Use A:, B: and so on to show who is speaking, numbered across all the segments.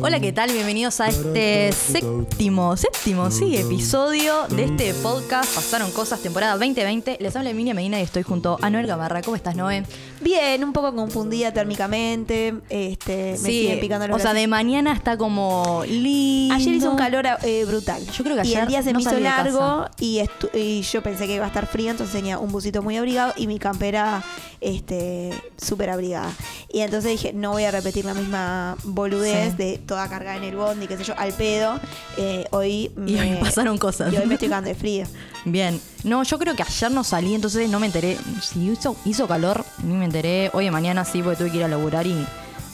A: Hola, ¿qué tal? Bienvenidos a este séptimo, séptimo, sí, episodio de este podcast. Pasaron cosas, temporada 2020. Les habla Emilia Medina y estoy junto a Noel Gamarra. ¿Cómo estás, Noé?
B: Bien, un poco confundida térmicamente. Este, me siguen picando los
A: o sea,
B: brazos.
A: de mañana está como lindo.
B: Ayer hizo un calor eh, brutal.
A: Yo creo que
B: Y
A: ayer
B: el día se
A: no
B: me hizo
A: salí de
B: largo
A: casa.
B: y, estu- y yo pensé que iba a estar frío, entonces tenía un busito muy abrigado y mi campera este súper abrigada. Y entonces dije, no voy a repetir la misma boludez
A: Sí.
B: de toda cargada en el bondi, qué sé yo, al pedo. Eh, hoy
A: Y hoy pasaron cosas.
B: Y hoy me estoy cagando de frío.
A: Bien. No, yo creo que ayer no salí, entonces no me enteré. Si hizo, hizo calor, ni me enteré. Hoy de mañana sí, porque tuve que ir a laburar y,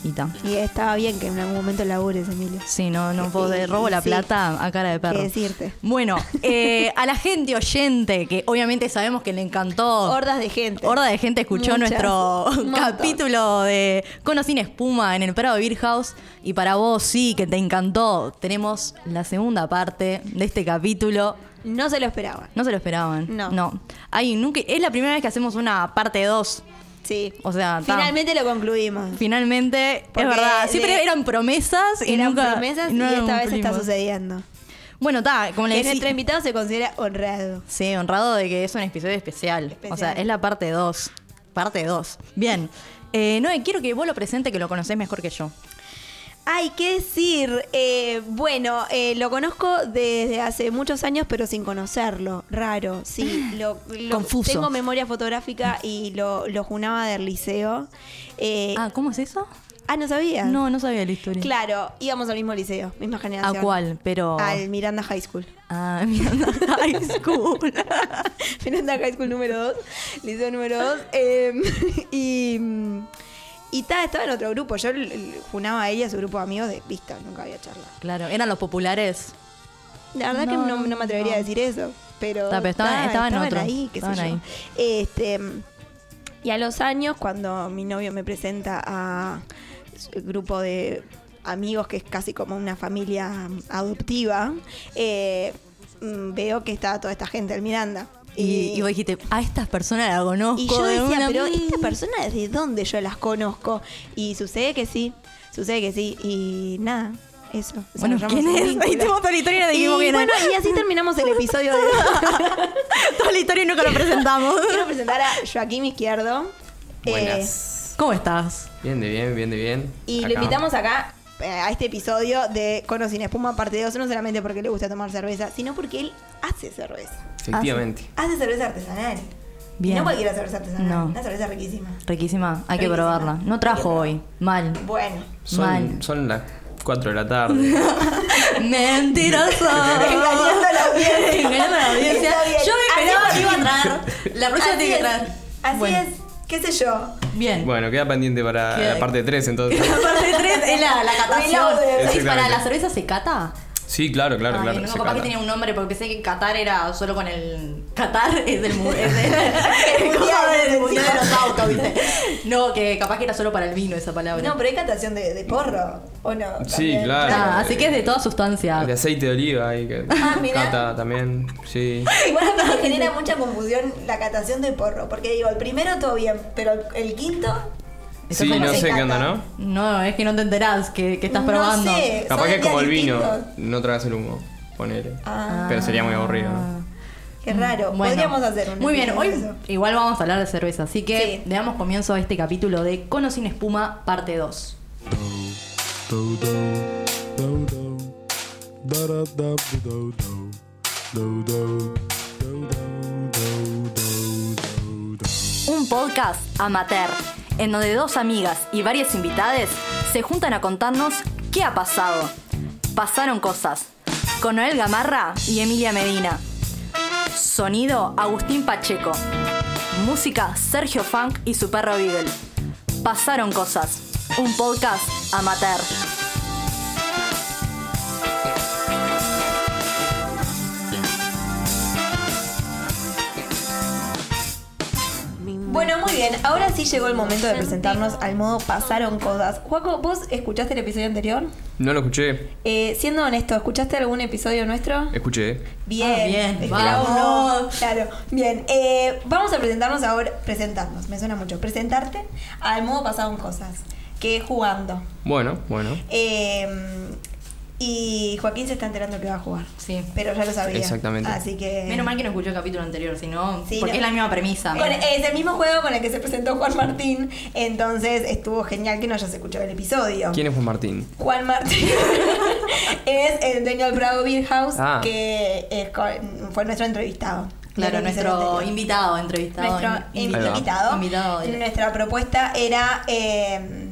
A: y ta.
B: Y estaba bien que en algún momento labures, Emilio.
A: Sí, no, no puedo.
B: Y-
A: robo
B: y
A: la
B: sí.
A: plata a cara de perro.
B: Qué decirte.
A: Bueno, eh, a la gente oyente, que obviamente sabemos que le encantó.
B: Hordas de gente.
A: Horda de gente escuchó
B: Muchas.
A: nuestro
B: Un montón.
A: capítulo de Cono sin espuma en el Prado de Beer House. Y para vos, sí, que te encantó, tenemos la segunda parte de este capítulo.
B: No se lo esperaban.
A: No se lo esperaban.
B: No.
A: No. Ay, nunca, es la primera vez que hacemos una parte 2.
B: Sí.
A: O sea, ta.
B: Finalmente lo concluimos.
A: Finalmente,
B: Porque
A: es verdad. Siempre
B: de-
A: eran promesas y
B: Eran
A: nunca-
B: promesas
A: no
B: y esta
A: las
B: vez está
A: cumplimos.
B: sucediendo.
A: Bueno, está, como le
B: Que
A: decía.
B: nuestro invitado se considera honrado.
A: Sí, honrado de que es un episodio especial.
B: Especial.
A: O sea, es la parte 2. Parte 2. Bien. Eh, Noe, quiero que vos lo presente, que lo conocés mejor que yo.
B: Hay que decir, eh, bueno, eh, lo conozco desde hace muchos años, pero sin conocerlo. Raro, sí. Lo, lo-
A: Confuso.
B: Tengo memoria fotográfica y lo, lo junaba del liceo. Eh,
A: Ah,
B: ah.
A: ¿cómo es eso?
B: ¿no sabías?
A: No, no sabía la historia.
B: Claro, íbamos al mismo liceo, misma generación.
A: ¿A cuál? Pero.
B: Al Miranda High School.
A: Ah, Miranda High School.
B: Fernanda High School número 2, liceo número 2. y mm, y ta, estaba en otro grupo. Yo l- l- junaba a ella, a su grupo de amigos de vista, nunca había charlado.
A: claro, eran los populares.
B: La verdad que
A: No,
B: no, no me atrevería
A: no.
B: a decir eso. Pero,
A: Ta, pero estaban-
B: ta,
A: estaban otro.
B: ahí, qué sé
A: Estaban
B: yo. Este, y a los años, cuando mi novio me presenta a su grupo de amigos que es casi como una familia adoptiva, eh, mm, veo que estaba toda esta gente del Miranda.
A: Y, y vos dijiste, a estas personas las conozco.
B: Y yo
A: de
B: decía,
A: una-
B: pero ¿esta
A: Mm.
B: persona desde dónde yo las conozco? Y sucede que sí, sucede que sí. Y nada, eso.
A: Bueno,
B: Desarrollamos
A: ¿quién
B: un
A: es?
B: vínculo.
A: Ahí tenemos toda la historia de
B: Y
A: dijimos quién es.
B: bueno, y así terminamos el episodio de hoy.
A: Toda la historia y nunca lo presentamos.
B: Quiero presentar a Joaquín Izquierdo. eh,
C: Buenas.
A: ¿Cómo estás?
C: Bien, de bien, bien, de bien.
B: y
C: Acá.
B: lo invitamos acá eh, a este episodio de Cono sin espuma, parte 2, no solamente porque le gusta tomar cerveza, sino porque él hace cerveza.
C: Efectivamente.
B: Hace cerveza artesanal.
A: Bien.
B: Y no cualquier cerveza artesanal,
A: No.
B: una cerveza riquísima.
A: Riquísima, hay que
B: Riquísima.
A: probarla. No trajo hoy, mal.
B: Bueno.
A: Mal.
C: Son, son las 4 de la tarde.
A: Mentiroso.
B: Engañando a la audiencia.
A: Engañando a la audiencia.
B: Está bien.
A: Yo me esperaba
B: Así
A: que iba a
B: es.
A: traer. La próxima
B: Así
A: tiene que
B: es.
A: traer.
B: Así
A: Bueno,
B: es, qué sé yo.
A: Bien.
C: bueno, queda pendiente para
A: Queda-
C: la parte 3 entonces.
A: La parte 3 es la, la catación.
B: Exactamente.
A: Sí, para la cerveza se cata.
C: Sí, claro, claro,
A: Ay,
C: claro.
A: no,
C: se
A: capaz que
C: cata.
A: tenía un nombre porque pensé que Qatar era solo con el. Qatar es del mu- es del- cosa
B: El mundial,
A: del
B: sí.
A: mundial de los autos, ¿viste? No, que capaz que era solo para el vino esa palabra.
B: No, pero hay catación de, de porro, ¿o no?
C: Sí,
B: También.
C: claro.
A: Ah, así que es de toda sustancia.
C: De aceite de oliva ahí que
B: Ah, mirá.
C: cata también. Sí.
B: Igual a mí me genera mucha confusión la catación de porro, porque digo, el primero todo bien, pero el quinto.
A: Eso
C: Sí,
A: como
C: no
A: se
C: sé qué
B: cata.
C: onda, ¿no?
A: No, es que no te enterás que, que estás
B: No
A: probando.
B: sé.
C: Capaz
B: Son
C: que es como el vino,
B: distintos.
C: no tragas el humo, ponele.
B: Ah,
C: Pero sería muy aburrido. ¿no?
B: qué raro.
A: Ah. Bueno.
B: Podríamos hacer un.
A: Muy bien, hoy
B: episodio de eso.
A: igual vamos a hablar de cerveza, así que
B: Sí.
A: le damos comienzo a este capítulo de Cono sin espuma, parte 2. Un podcast amateur, en donde dos amigas y varias invitades se juntan a contarnos qué ha pasado. Pasaron cosas. Con Noel Gamarra y Emilia Medina. Sonido Agustín Pacheco. Música Sergio Funk y su perro Beagle. Pasaron cosas. Un podcast amateur.
B: Bueno, muy bien. Ahora sí llegó el momento de presentarnos al modo pasaron cosas. Juaco, ¿vos escuchaste el episodio anterior?
C: No lo escuché,
B: Eh, siendo honesto, ¿escuchaste algún episodio nuestro?
C: escuché.
B: Bien,
A: Ah, bien,
B: esperamos,
A: vamos.
B: no, Claro, bien. eh, vamos a presentarnos ahora, presentarnos, me suena mucho, presentarte al modo pasado en cosas. que jugando.
C: Bueno, bueno.
B: Eh, y Joaquín se está enterando que va a jugar.
A: Sí.
B: Pero ya lo sabía.
C: Exactamente.
B: Así que.
A: Menos mal que no escuchó el capítulo anterior, sino
B: Sí,
A: porque
B: no.
A: es la misma premisa.
B: Con- es el mismo juego con el que se presentó Juan Martín. Entonces estuvo genial que no hayas escuchado el episodio.
C: ¿Quién es Juan Martín?
B: Juan Martín es el dueño del Bravo Beer House,
C: Ah.
B: que es con- fue nuestro entrevistado.
A: Claro,
B: Del episodio
A: nuestro
B: anterior.
A: invitado, entrevistado.
B: Nuestro
A: in-
C: Ahí va.
B: invitado.
A: Invitado de-
B: Nuestra propuesta era. eh,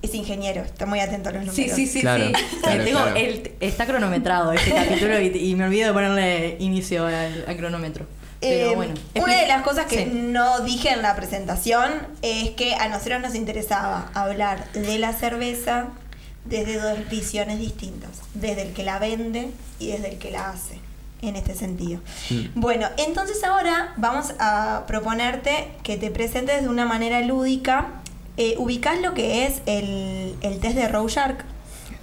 B: es ingeniero, está muy atento a los números.
A: Sí, sí, sí,
C: Claro,
A: sí.
C: claro,
A: Tengo
C: claro.
A: el- está cronometrado este capítulo y, y me olvido de ponerle inicio al, al cronómetro. Pero
B: Eh,
A: bueno.
B: una
A: expli-
B: de las cosas que
A: Sí.
B: no dije en la presentación es que a nosotros nos interesaba hablar de la cerveza desde dos visiones distintas, desde el que la vende y desde el que la hace, en este sentido.
C: Mm.
B: Bueno, entonces ahora vamos a proponerte que te presentes de una manera lúdica. Eh, ubicás lo que es el, el test de Row Shark,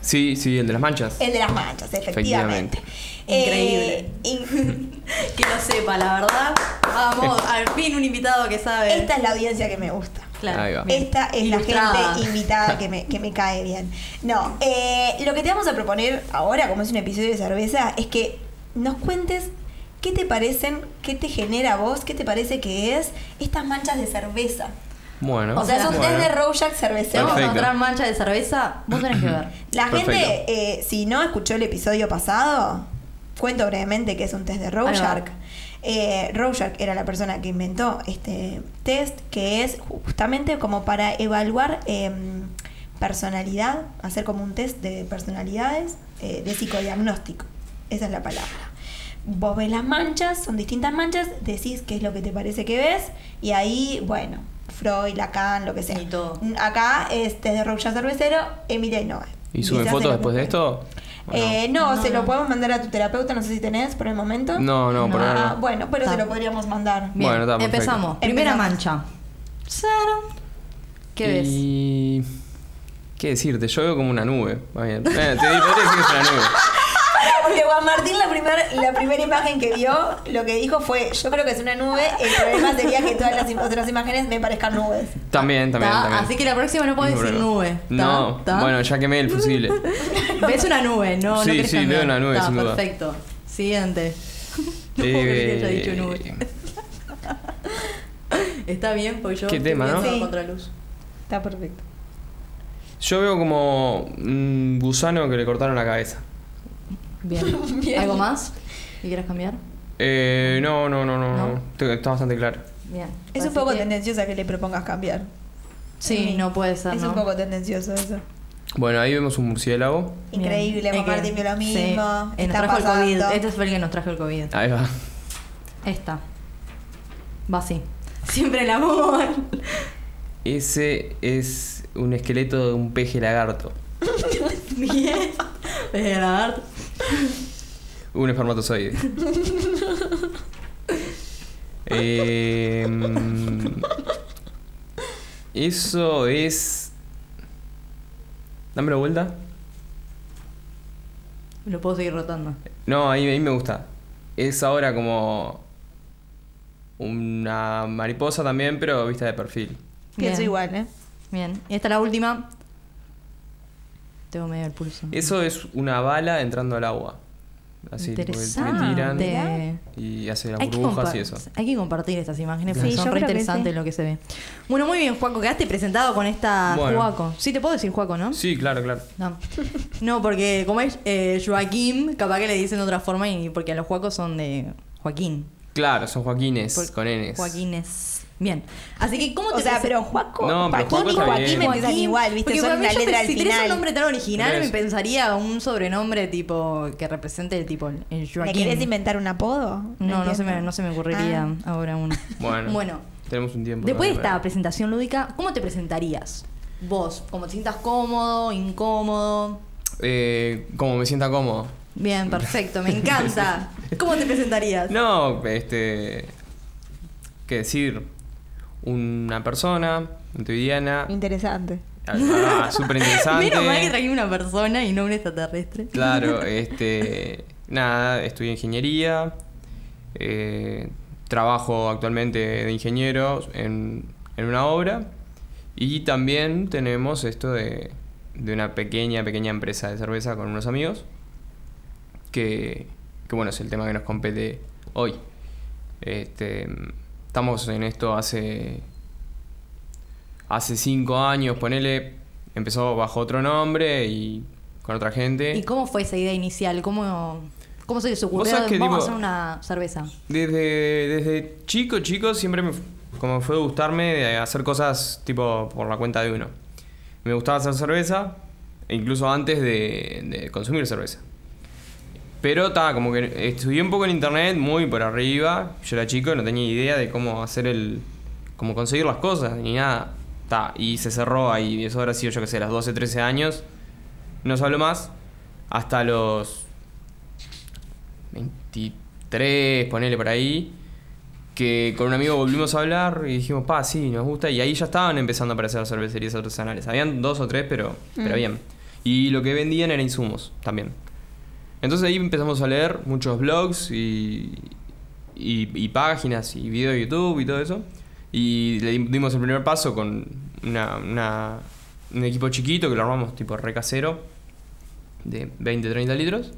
C: Sí, sí, el de las manchas.
B: el de las manchas, efectivamente.
C: Efectivamente.
B: Eh, in-
A: Que lo sepa, la verdad. Vamos, al fin un invitado que sabe.
B: esta es la audiencia que me gusta.
A: Claro,
C: Ahí va.
A: bien.
B: Esta es la
A: Ilustrada.
B: gente invitada que me, que me cae bien. No, eh, lo que te vamos a proponer ahora, como es un episodio de cerveza, es que nos cuentes qué te parecen, qué te genera a vos, qué te parece que es estas manchas de cerveza.
C: Bueno.
B: O sea, son
C: bueno.
B: desde de Rojak
A: Si vamos
B: cervecero.
A: a
C: Perfecto.
A: encontrar mancha de cerveza, vos tenés que ver.
B: La gente,
C: Perfecto.
B: eh, si no escuchó el episodio pasado, cuento brevemente que es un test de
A: Ahí va.
B: Rorschach. Eh, Rorschach era la persona que inventó este test, que es justamente como para evaluar eh, personalidad, hacer como un test de personalidades, eh, de psicodiagnóstico. Esa es la palabra. Vos ves las manchas, son distintas manchas, decís qué es lo que te parece que ves, y ahí, bueno, Freud, Lacan, lo que sea.
A: Y todo.
B: Acá es test de Rorschach cervecero, emite y no
C: ¿Y suben fotos después de esto? ¿O no?
B: eh, no,
A: No,
B: se
A: no.
B: lo podemos mandar a tu terapeuta, no sé si tenés por el momento.
C: No, no, por
A: No.
C: ahora
B: Ah,
C: no.
B: bueno, pero
A: Ta.
B: se lo podríamos mandar.
A: Bien,
C: Bueno, está, perfecto.
A: empezamos. Primera
B: Empezamos.
A: mancha. Sara. ¿Qué ves?
C: Y... ¿Qué decirte? Yo veo como una nube. Va bien. Eh, te di- podría decir que es una nube.
B: Porque Juan Martín, la, primer- la primera imagen que vio, lo que dijo fue: Yo creo que es una nube. El problema sería que todas las im- otras imágenes me parezcan nubes.
C: También, también,
A: Ta,
C: también.
A: Así que la próxima no puedo
C: No
A: decir
C: problema.
A: nube. Ta,
C: No,
A: ta.
C: bueno, ya quemé el fusible.
A: Ves una nube, no, no
C: Sí,
A: querés
C: sí,
A: cambiar.
C: veo una nube,
A: Ta,
C: sin duda.
A: Perfecto. Siguiente. No puedo creer que haya dicho nube.
C: Eh,
A: Está bien, porque yo
C: Qué tema, ¿no?
B: Sí.
A: contra luz.
B: Está perfecto.
C: Yo veo como un gusano que le cortaron la cabeza.
A: Bien.
B: Bien.
A: ¿Algo más? ¿Y quieras cambiar?
C: Eh, no, no, no, no,
A: No.
C: no. Te- Está bastante claro.
A: Bien.
B: Es
A: Así
B: un poco
A: que-
B: tendenciosa que le propongas cambiar.
A: Sí, no puede ser,
B: Es
A: ¿no?
B: un poco tendencioso eso.
C: Bueno, ahí vemos un murciélago.
A: Bien.
B: Increíble,
A: Es
B: Juan
A: que-
B: Martín vio lo
A: sí.
B: mismo.
A: Eh, Nos
B: está
A: trajo el
B: pasando.
A: COVID. Este fue el que nos trajo el COVID.
C: Ahí va.
A: Esta. Va así. Siempre la pongo mal.
C: Ese es un esqueleto de un peje lagarto.
A: Bien. Desde lagarto.
C: Un espermatozoide. Eh, mm, eso es. Dame la vuelta.
A: Lo puedo seguir rotando.
C: No, ahí, ahí me gusta. Es ahora como. Una mariposa también, pero vista de perfil.
B: Pienso
A: Bien.
B: igual, ¿eh?
A: Bien. Y esta es la última. Tengo medio el pulso.
C: Eso es una bala entrando al agua. Así tipo, que le tiran
A: Interesante.
C: y hace las
A: Hay que,
C: burbujas
A: compa-
C: y eso.
A: hay que compartir estas imágenes porque
B: Sí,
A: son
B: yo
A: re
B: creo que
A: interesantes
B: sí.
A: lo que se ve. Bueno, muy bien, Juaco, quedaste presentado con esta
C: Bueno.
A: Juaco. Sí, te puedo decir Juaco, ¿no?
C: Sí, claro, claro.
A: No. No, porque como es eh, Joaquín, capaz que le dicen de otra forma y porque a los Juacos son de Joaquín.
C: Claro, son Joaquines
A: Por-
C: con Ns.
A: Joaquines. Bien. Así que, ¿cómo
B: O
A: te
B: sea,
A: presen-
B: pero Juaco,
C: No, pero
B: Joaquín
C: Juaco
B: y
C: está
B: Joaquín
C: bien.
B: me empiezan
A: Joaquín,
B: igual, ¿viste?
A: porque
B: Son
A: para mí
B: una
A: yo
B: letra al
A: pensé- Si tenés un
B: final.
A: nombre tan original,
C: Por
A: me
C: eso.
A: pensaría un sobrenombre tipo que represente el tipo el
B: ¿Me
A: Joaquín.
B: querés inventar un apodo?
A: No, no se, me,
B: entiendo. Ah.
A: no se me ocurriría ahora uno.
C: Bueno,
A: Bueno,
C: Tenemos un tiempo.
A: después de
C: ¿no?
A: esta presentación lúdica, ¿cómo te presentarías? Vos, ¿cómo te sientas cómodo, incómodo?
C: Eh, como me sienta cómodo.
A: Bien, perfecto, me encanta. ¿Cómo te presentarías?
C: No, este. ¿Qué decir? Una persona, montevideana.
B: Ah, Interesante.
C: Ah, súper interesante.
A: Menos mal que traje una persona y no un extraterrestre.
C: Claro, este. Nada, estudié ingeniería. eh, trabajo actualmente de ingeniero en, en una obra. Y también tenemos esto de, de una pequeña, pequeña empresa de cerveza con unos amigos, que, que bueno, es el tema que nos compete hoy. Este, estamos en esto hace, hace cinco años, ponele, empezó bajo otro nombre y con otra gente.
A: ¿Y cómo fue esa idea inicial? ¿Cómo, cómo se les ocurrió? Vamos
C: sabés que,
A: a
C: tipo-
A: hacer una cerveza.
C: Desde, desde chico, chico, siempre me, como fue gustarme de hacer cosas tipo por la cuenta de uno. Me gustaba hacer cerveza, e incluso antes de, de consumir cerveza. Pero ta, como que estudié un poco en internet, muy por arriba. Yo era chico, no tenía idea de cómo hacer el. cómo conseguir las cosas, ni nada. Ta, y se cerró ahí, eso habrá sido yo que sé, las 12, 13 años. No se habló más. Hasta los 23, ponele por ahí, que con un amigo volvimos a hablar y dijimos, pa, sí, nos gusta. Y ahí ya estaban empezando a aparecer las cervecerías artesanales. Habían dos o tres, pero, pero bien. Y lo que vendían era insumos también. Entonces ahí empezamos a leer muchos blogs y, y, y páginas y videos de YouTube y todo eso. Y le dim- dimos el primer paso con una- una- un equipo chiquito que lo armamos tipo re casero de 20, 30 litros.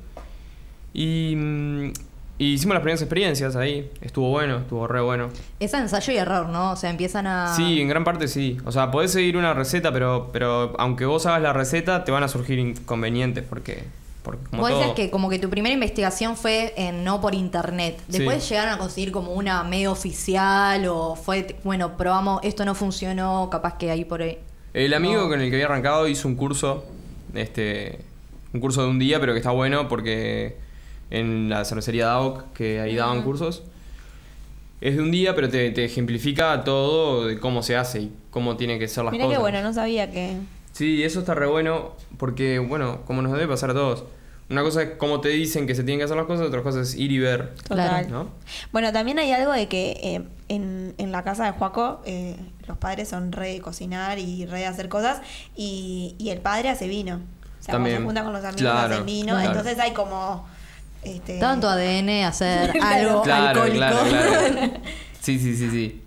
C: Y, mm, y hicimos las primeras experiencias ahí. Estuvo bueno, estuvo re bueno.
A: Es ensayo y error, ¿no? O sea, empiezan a...
C: Sí, en gran parte sí. O sea, podés seguir una receta, pero, pero aunque vos hagas la receta, te van a surgir inconvenientes porque, porque como
A: Vos decías
C: todo-
A: que como que tu primera investigación fue en, no por internet. Después
C: Sí.
A: llegaron a conseguir como una medio oficial o fue, t- bueno, probamos, esto no funcionó, capaz que ahí por ahí.
C: El amigo
A: No.
C: con el que había arrancado hizo un curso, este, un curso de un día, pero que está bueno porque en la cervecería DAOC, que ahí daban cursos, es de un día, pero te, te ejemplifica todo de cómo se hace y cómo tienen que ser las
B: Mirá
C: cosas.
B: que bueno, no sabía que.
C: Sí, eso está re bueno porque, bueno, como nos debe pasar a todos, una cosa es cómo te dicen que se tienen que hacer las cosas, otra cosa es ir y ver.
B: Total.
A: Claro.
C: ¿No?
B: Bueno, también hay algo de que eh, en, en la casa de Juaco eh, los padres son re de cocinar y re de hacer cosas y, y el padre hace vino. O sea, cuando
C: También.
B: se junta con los amigos
C: Claro,
B: hacen vino,
C: claro.
B: entonces hay como... Este,
A: Estaba en tu ADN hacer algo
C: Claro,
A: alcohólico.
C: claro, claro. Sí, sí, sí, sí.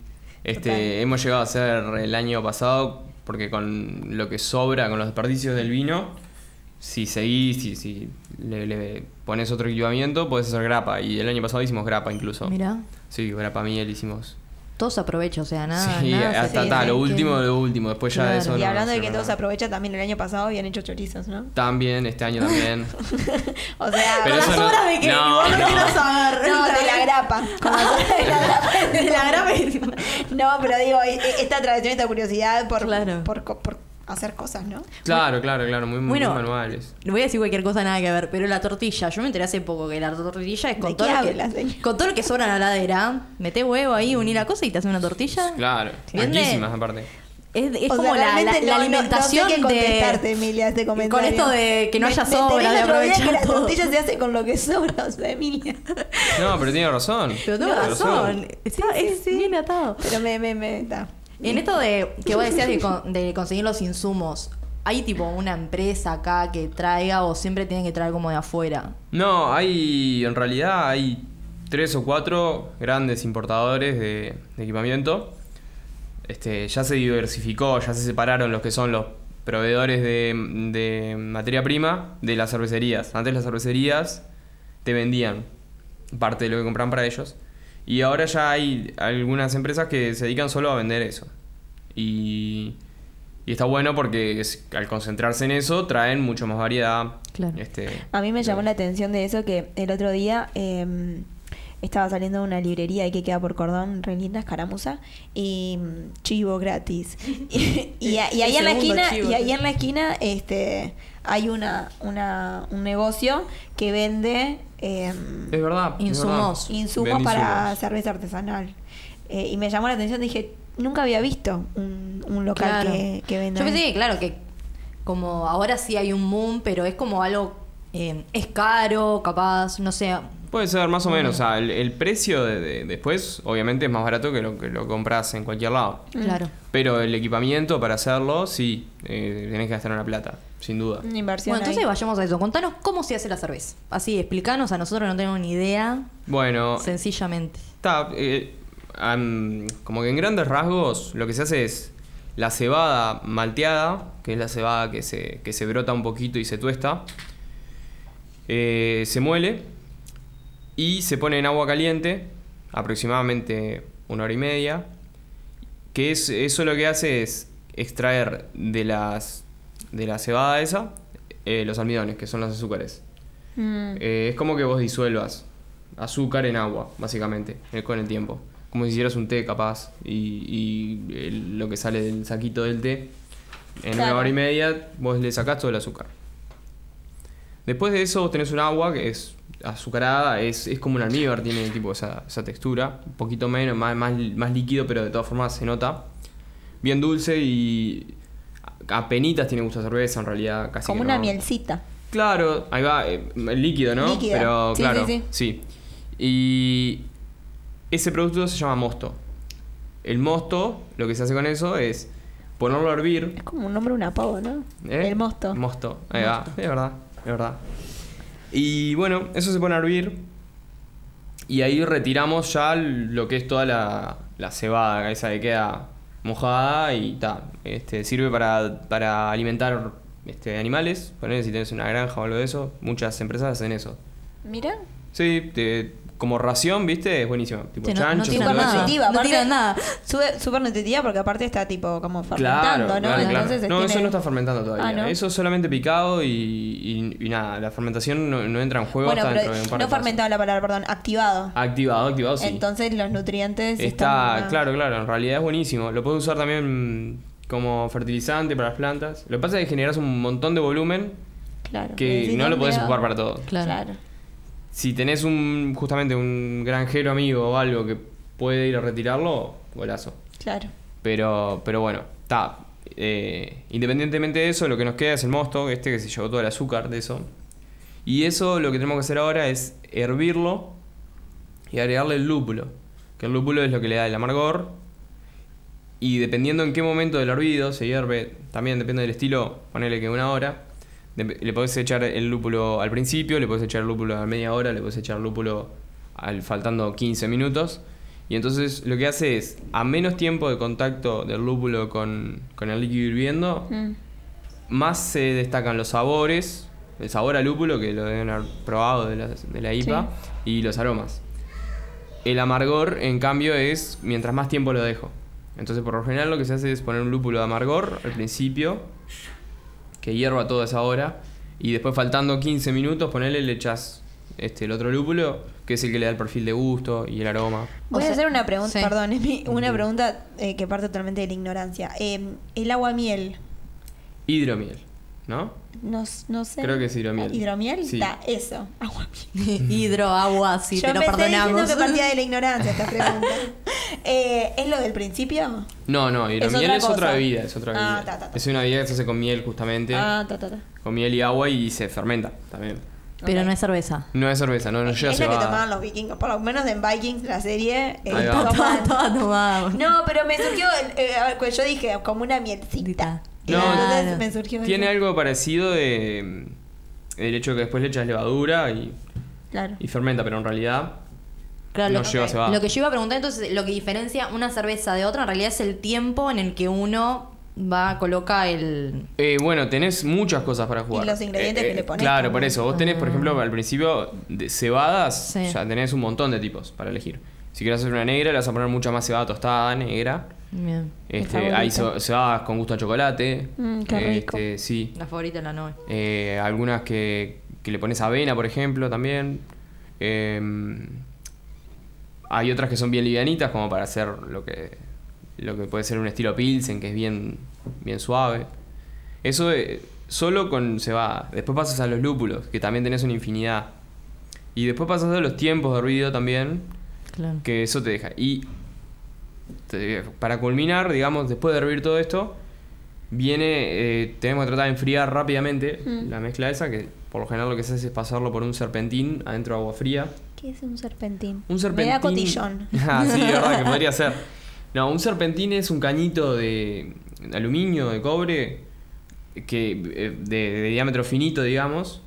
C: Este,
B: Total.
C: hemos llegado a hacer el año pasado, porque con lo que sobra, con los desperdicios del vino, si seguís, si, si le, le pones otro equipamiento, podés hacer grapa. Y el año pasado hicimos grapa incluso.
A: Mirá,
C: Sí, grapa miel hicimos.
A: todos aprovechan, o sea, nada.
C: sí,
A: nada se
C: hasta
A: tiene
C: ta,
A: que-
C: lo último de lo último. Después ya de
A: Claro.
C: eso
B: y
C: no
B: hablando de que
C: hicieron
B: todos
C: nada.
B: aprovechan, también el año pasado habían hecho chorizos, ¿no?
C: También, este año también.
B: O sea,
C: Pero
B: con
C: eso
B: las
C: no-
B: obras de que
C: no,
B: igual no,
C: no.
B: quiero saber.
A: No,
B: No,
A: de
B: de
A: la
B: la grapa. de la grapa. No, pero digo, e- e- esta tradición, esta curiosidad por,
A: Claro.
B: por, co- por hacer cosas, ¿no?
C: claro, claro, claro. Muy, muy
A: Bueno.
C: manuales.
A: Le voy a decir cualquier cosa nada que ver, pero la tortilla, yo me enteré hace poco que la tortilla es con
B: ¿De
A: todo,
B: qué
A: lo
B: hablas,
A: que,
B: señor?
A: con todo lo que sobra en la heladera. Mete huevo ahí, uní la cosa y te hace una tortilla.
C: Claro.
A: ¿Entiende?
C: Riquísimas aparte.
A: Es, es
B: O sea,
A: como la- la,
B: realmente
A: la
B: no- no-
A: alimentación
B: no, sé qué contestarte,
A: de...
B: Emilia, a este comentario.
A: Con esto de que no
B: Me-
A: haya
B: me
A: sobra,
B: enteré
A: de
B: el otro día
A: aprovechar
B: que la
A: todo.
B: tortilla se hace con lo que sobra, o sea, Emilia.
C: No, pero tiene razón.
A: Pero tengo
C: Tiene
A: razón. Está, es bien atado.
B: Pero me, me, me, está.
A: En esto de que vos decías de, con- de conseguir los insumos, ¿hay tipo una empresa acá que traiga o siempre tienen que traer como de afuera?
C: No, hay. En realidad hay tres o cuatro grandes importadores de, de equipamiento. Este, ya se diversificó, ya se separaron los que son los proveedores de, de materia prima de las cervecerías. Antes las cervecerías te vendían parte de lo que compran para ellos. Y ahora ya hay algunas empresas que se dedican solo a vender eso. Y, y está bueno porque es- al concentrarse en eso traen mucho más variedad.
A: Claro.
C: Este,
B: A mí me llamó
C: Claro.
B: la atención de eso que el otro día eh, estaba saliendo de una librería ahí que queda por cordón, re linda, escaramuza, y mm, chivo gratis. Y, y a- y ahí
A: El
B: en la
A: segundo
B: esquina,
A: chivo.
B: y ahí en la esquina, este, hay una, una, un negocio que vende eh,
C: Es verdad. es
A: Insumos.
C: verdad.
B: insumos
C: Vende
B: para
C: insumos.
B: cerveza artesanal. Eh, y me llamó la atención, dije, nunca había visto un, un local
A: Claro.
B: que, que venda.
A: Yo pensé que, claro, que como ahora sí hay un boom, pero es como algo. eh, es caro, capaz, no sé.
B: Mm.
C: Puede ser más o menos. O sea, el, el precio de, de- después, obviamente, es más barato que lo que lo compras en cualquier lado.
A: Claro.
C: Pero el equipamiento para hacerlo, sí, eh, tenés que gastar una plata, sin duda.
B: Una inversión.
A: Bueno, entonces
B: ahí.
A: vayamos a eso. Contanos cómo se hace la cerveza. Así, explicanos, a nosotros no tenemos ni idea,
C: Bueno,
A: sencillamente.
C: Está, eh, am, como que en grandes rasgos lo que se hace es la cebada malteada, que es la cebada que se, que se brota un poquito y se tuesta, eh, se muele y se pone en agua caliente, aproximadamente una hora y media, que es, eso lo que hace es extraer de, las, de la cebada esa eh, los almidones, que son los azúcares.
D: Mm.
C: Eh, es como que vos disuelvas azúcar en agua, básicamente, eh, con el tiempo. Como si hicieras un té, capaz, y, y el- lo que sale del saquito del té, en
D: Claro.
C: una hora y media, vos le sacás todo el azúcar. Después de eso, vos tenés un agua que es azucarada, es, es como un almíbar, tiene tipo esa, esa textura, un poquito menos, más, más, más líquido, pero de todas formas se nota. Bien dulce y apenitas tiene gusto a cerveza, en realidad casi
B: Como
C: que
B: una
C: no.
B: mielcita.
C: Claro, ahí va, eh, líquido, ¿no?
B: Líquida.
C: Pero
B: Sí,
C: claro,
B: sí,
C: sí, Y ese producto se llama mosto. El mosto, lo que se hace con eso es ponerlo a hervir.
B: Es como un nombre de un apodo, ¿no?
C: ¿eh?
B: El mosto.
C: Mosto, ahí va, es verdad, es verdad. Y bueno, eso se pone a hervir. Y ahí retiramos ya lo que es toda la, la cebada, esa que queda mojada y ta. Este, sirve para, para alimentar este, animales. Ponele si tienes una granja o algo de eso. Muchas empresas hacen eso.
B: Mira.
C: Sí, te- como ración, viste, es buenísima. Tipo
E: Sí, no- no
C: chanchos,
E: tiene
C: todo
B: Súper
E: nada.
C: eso.
B: nutritiva.
E: No
B: aparte,
E: tiran nada.
B: sube- Súper nutritiva porque aparte está tipo como
C: Claro,
B: fermentando, ¿no?
C: claro, claro.
B: Entonces
C: No,
B: tiene-
C: eso no está fermentando todavía.
B: Ah, ¿no?
C: Eso es solamente picado y, y- y nada. La fermentación no, no entra en juego
B: Bueno,
C: hasta
B: pero
C: dentro de un par de
B: no
C: pasos.
B: fermentado la palabra, perdón, activado.
C: Activado, activado, sí.
B: Entonces los nutrientes
C: Está,
B: están-
C: claro, claro, en realidad es buenísimo. Lo puedes usar también como fertilizante para las plantas. Lo que pasa es que generas un montón de volumen
B: Claro.
C: que
B: Necesitas
C: no lo podés
B: empleado.
C: ocupar para todo.
E: Claro.
B: Claro.
C: Si tenés un justamente un granjero amigo o algo que puede ir a retirarlo, golazo.
B: Claro.
C: Pero, pero bueno, está. Eh, independientemente de eso, lo que nos queda es el mosto, este que se llevó todo el azúcar de eso. Y eso lo que tenemos que hacer ahora es hervirlo y agregarle el lúpulo. Que el lúpulo es lo que le da el amargor. Y dependiendo en qué momento del hervido se hierve, también depende del estilo, ponele que una hora. de- Le podés echar el lúpulo al principio, le podés echar el lúpulo a media hora, le podés echar el lúpulo al faltando 15 minutos. Y entonces lo que hace es, a menos tiempo de contacto del lúpulo con, con el líquido hirviendo,
B: Mm.
C: más se destacan los sabores, el sabor al lúpulo, que lo deben haber probado de la, de la IPA, y los aromas. El amargor, en cambio, es mientras más tiempo lo dejo. Entonces, por lo general, lo que se hace es poner un lúpulo de amargor al principio, que hierva toda esa hora, y después, faltando 15 minutos, ponerle, le echas este, el otro lúpulo, que es el que le da el perfil de gusto y el aroma.
E: O
B: Voy a
E: sea,
B: hacer una pregunta,
E: sí.
B: perdón, es mi- una pregunta eh, que parte totalmente de la ignorancia. Eh, el agua miel,
C: Hidromiel, ¿no?
B: no, s- no sé.
C: Creo que es hidromiel.
B: ¿Hidromiel?
C: Sí.
B: Ta, eso, agua miel.
E: Hidro, agua, sí,
B: Yo
E: te lo
B: empecé
E: perdonamos.
B: diciendo que partía de la ignorancia esta pregunta. Eh, ¿Es lo del principio?
C: No, no, hidromiel
B: otra
C: es otra
B: cosa.
C: bebida, es otra
B: Ah,
C: bebida.
B: ta, ta, ta.
C: Es una bebida que se hace con miel justamente,
B: Ah, ta, ta, ta.
C: con miel y agua y se fermenta también.
E: Pero
B: Ok.
E: no es cerveza.
C: No es cerveza, no, no llega
B: es la que
C: cebada.
B: tomaban los vikingos, por lo menos en Vikings, la serie. eh,
C: Ahí va.
E: Está toda,
B: tomaban-
E: toda tomada.
B: No, pero me surgió, el- eh, a ver, pues yo dije, como una mielcita.
C: No,
B: Entonces
E: claro.
B: me surgió
C: Tiene
B: eso.
C: algo parecido de mm, el hecho de que después le echas levadura y,
B: Claro.
C: y fermenta, pero en realidad
E: Claro,
C: no
E: lo,
C: lleva cebada.
E: lo que yo iba a preguntar entonces, lo que diferencia una cerveza de otra en realidad es el tiempo en el que uno va, coloca el...
C: Eh, bueno, tenés muchas cosas para jugar. Eh,
B: Y los ingredientes que le ponés
C: Claro,
B: también. Ah.
C: por eso. Vos tenés, por ejemplo, al principio, de cebadas,
E: Sí.
C: ya tenés un montón de tipos para elegir. Si querés hacer una negra, le vas a poner mucha más cebada tostada, negra.
E: Bien.
C: Este,
B: favorita.
C: hay ce- cebadas con gusto a chocolate.
B: Mm, qué rico.
C: Este, sí.
E: La favorita de la noche.
C: Eh, algunas que, que le pones avena, por ejemplo, también. Eh, hay otras que son bien livianitas, como para hacer lo que, lo que puede ser un estilo Pilsen, que es bien, bien suave. Eso eh, solo con se va. Después pasas a los lúpulos, que también tenés una infinidad. Y después pasas a los tiempos de ruido también,
E: Claro.
C: que eso te deja. Y te- para culminar, digamos, después de hervir todo esto, viene, eh, tenemos que tratar de enfriar rápidamente la mezcla esa, que por lo general lo que se hace es pasarlo por un serpentín adentro de agua fría.
B: ¿Qué es un serpentín?
C: Un serpentín.
B: Me da cotillón.
C: ah, sí, es verdad que podría ser. No, un serpentín es un cañito de aluminio, de cobre, que eh, de, de diámetro finito, digamos,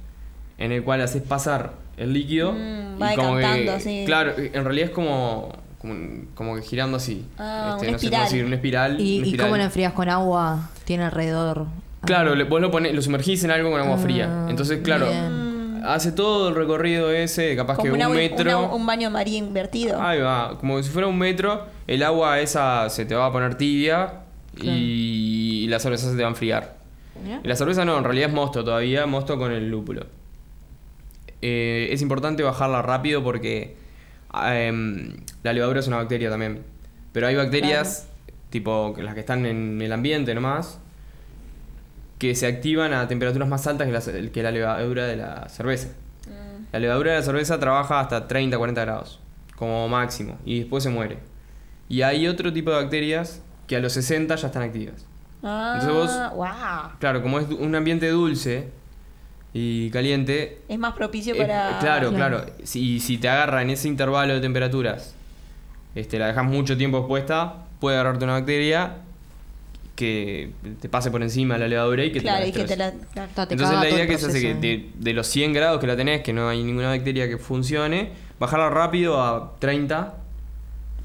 C: en el cual haces pasar el líquido.
B: Mm,
C: y
B: va
C: como que-
B: decantando, sí.
C: Claro, en realidad es como, como, un- como que girando así.
B: Ah, una
C: Este, no sé cómo
B: espiral.
C: decir, una espiral.
A: ¿Y,
C: una
A: y
C: espiral.
A: cómo lo enfrías con agua? Tiene alrededor.
C: Claro, le- vos lo, ponés- lo sumergís en algo con agua
A: Ah,
C: fría. Entonces, claro,
A: bien.
C: hace todo el recorrido ese, capaz que
B: Como
C: un
B: una-
C: metro.
B: una- un baño de María invertido.
C: Ahí va, como si fuera un metro, el agua esa se te va a poner tibia y, la cerveza se te va a enfriar.
A: Mirá.
C: La cerveza no, en realidad es mosto todavía, mosto con el lúpulo. Eh, es importante bajarla rápido porque em, la levadura es una bacteria también. Pero hay bacterias, tipo las que están en el ambiente nomás, que se activan a temperaturas más altas que la, que la levadura de la cerveza. La levadura de la cerveza trabaja hasta 30, 40 grados, como máximo, y después se muere. Y hay otro tipo de bacterias que a los 60 ya están activas.
B: Ah,
C: Entonces vos-
B: guau.
C: Claro, como es du- un ambiente dulce y caliente,
B: Es más propicio
C: eh,
B: para.
C: claro,
A: Claro.
C: claro, Si, si te agarra en ese intervalo de temperaturas, este, la dejas mucho tiempo expuesta, puede agarrarte una bacteria que te pase por encima la levadura y que
B: Claro,
C: te la
B: y que te
C: destroce.
B: la. claro.
A: Ta, te
C: Entonces
A: caga
C: la
A: todo
C: idea
A: el
C: que se hace que
A: proceso.
C: de, de los 100 grados que la tenés, que no hay ninguna bacteria que funcione, bajarla rápido a 30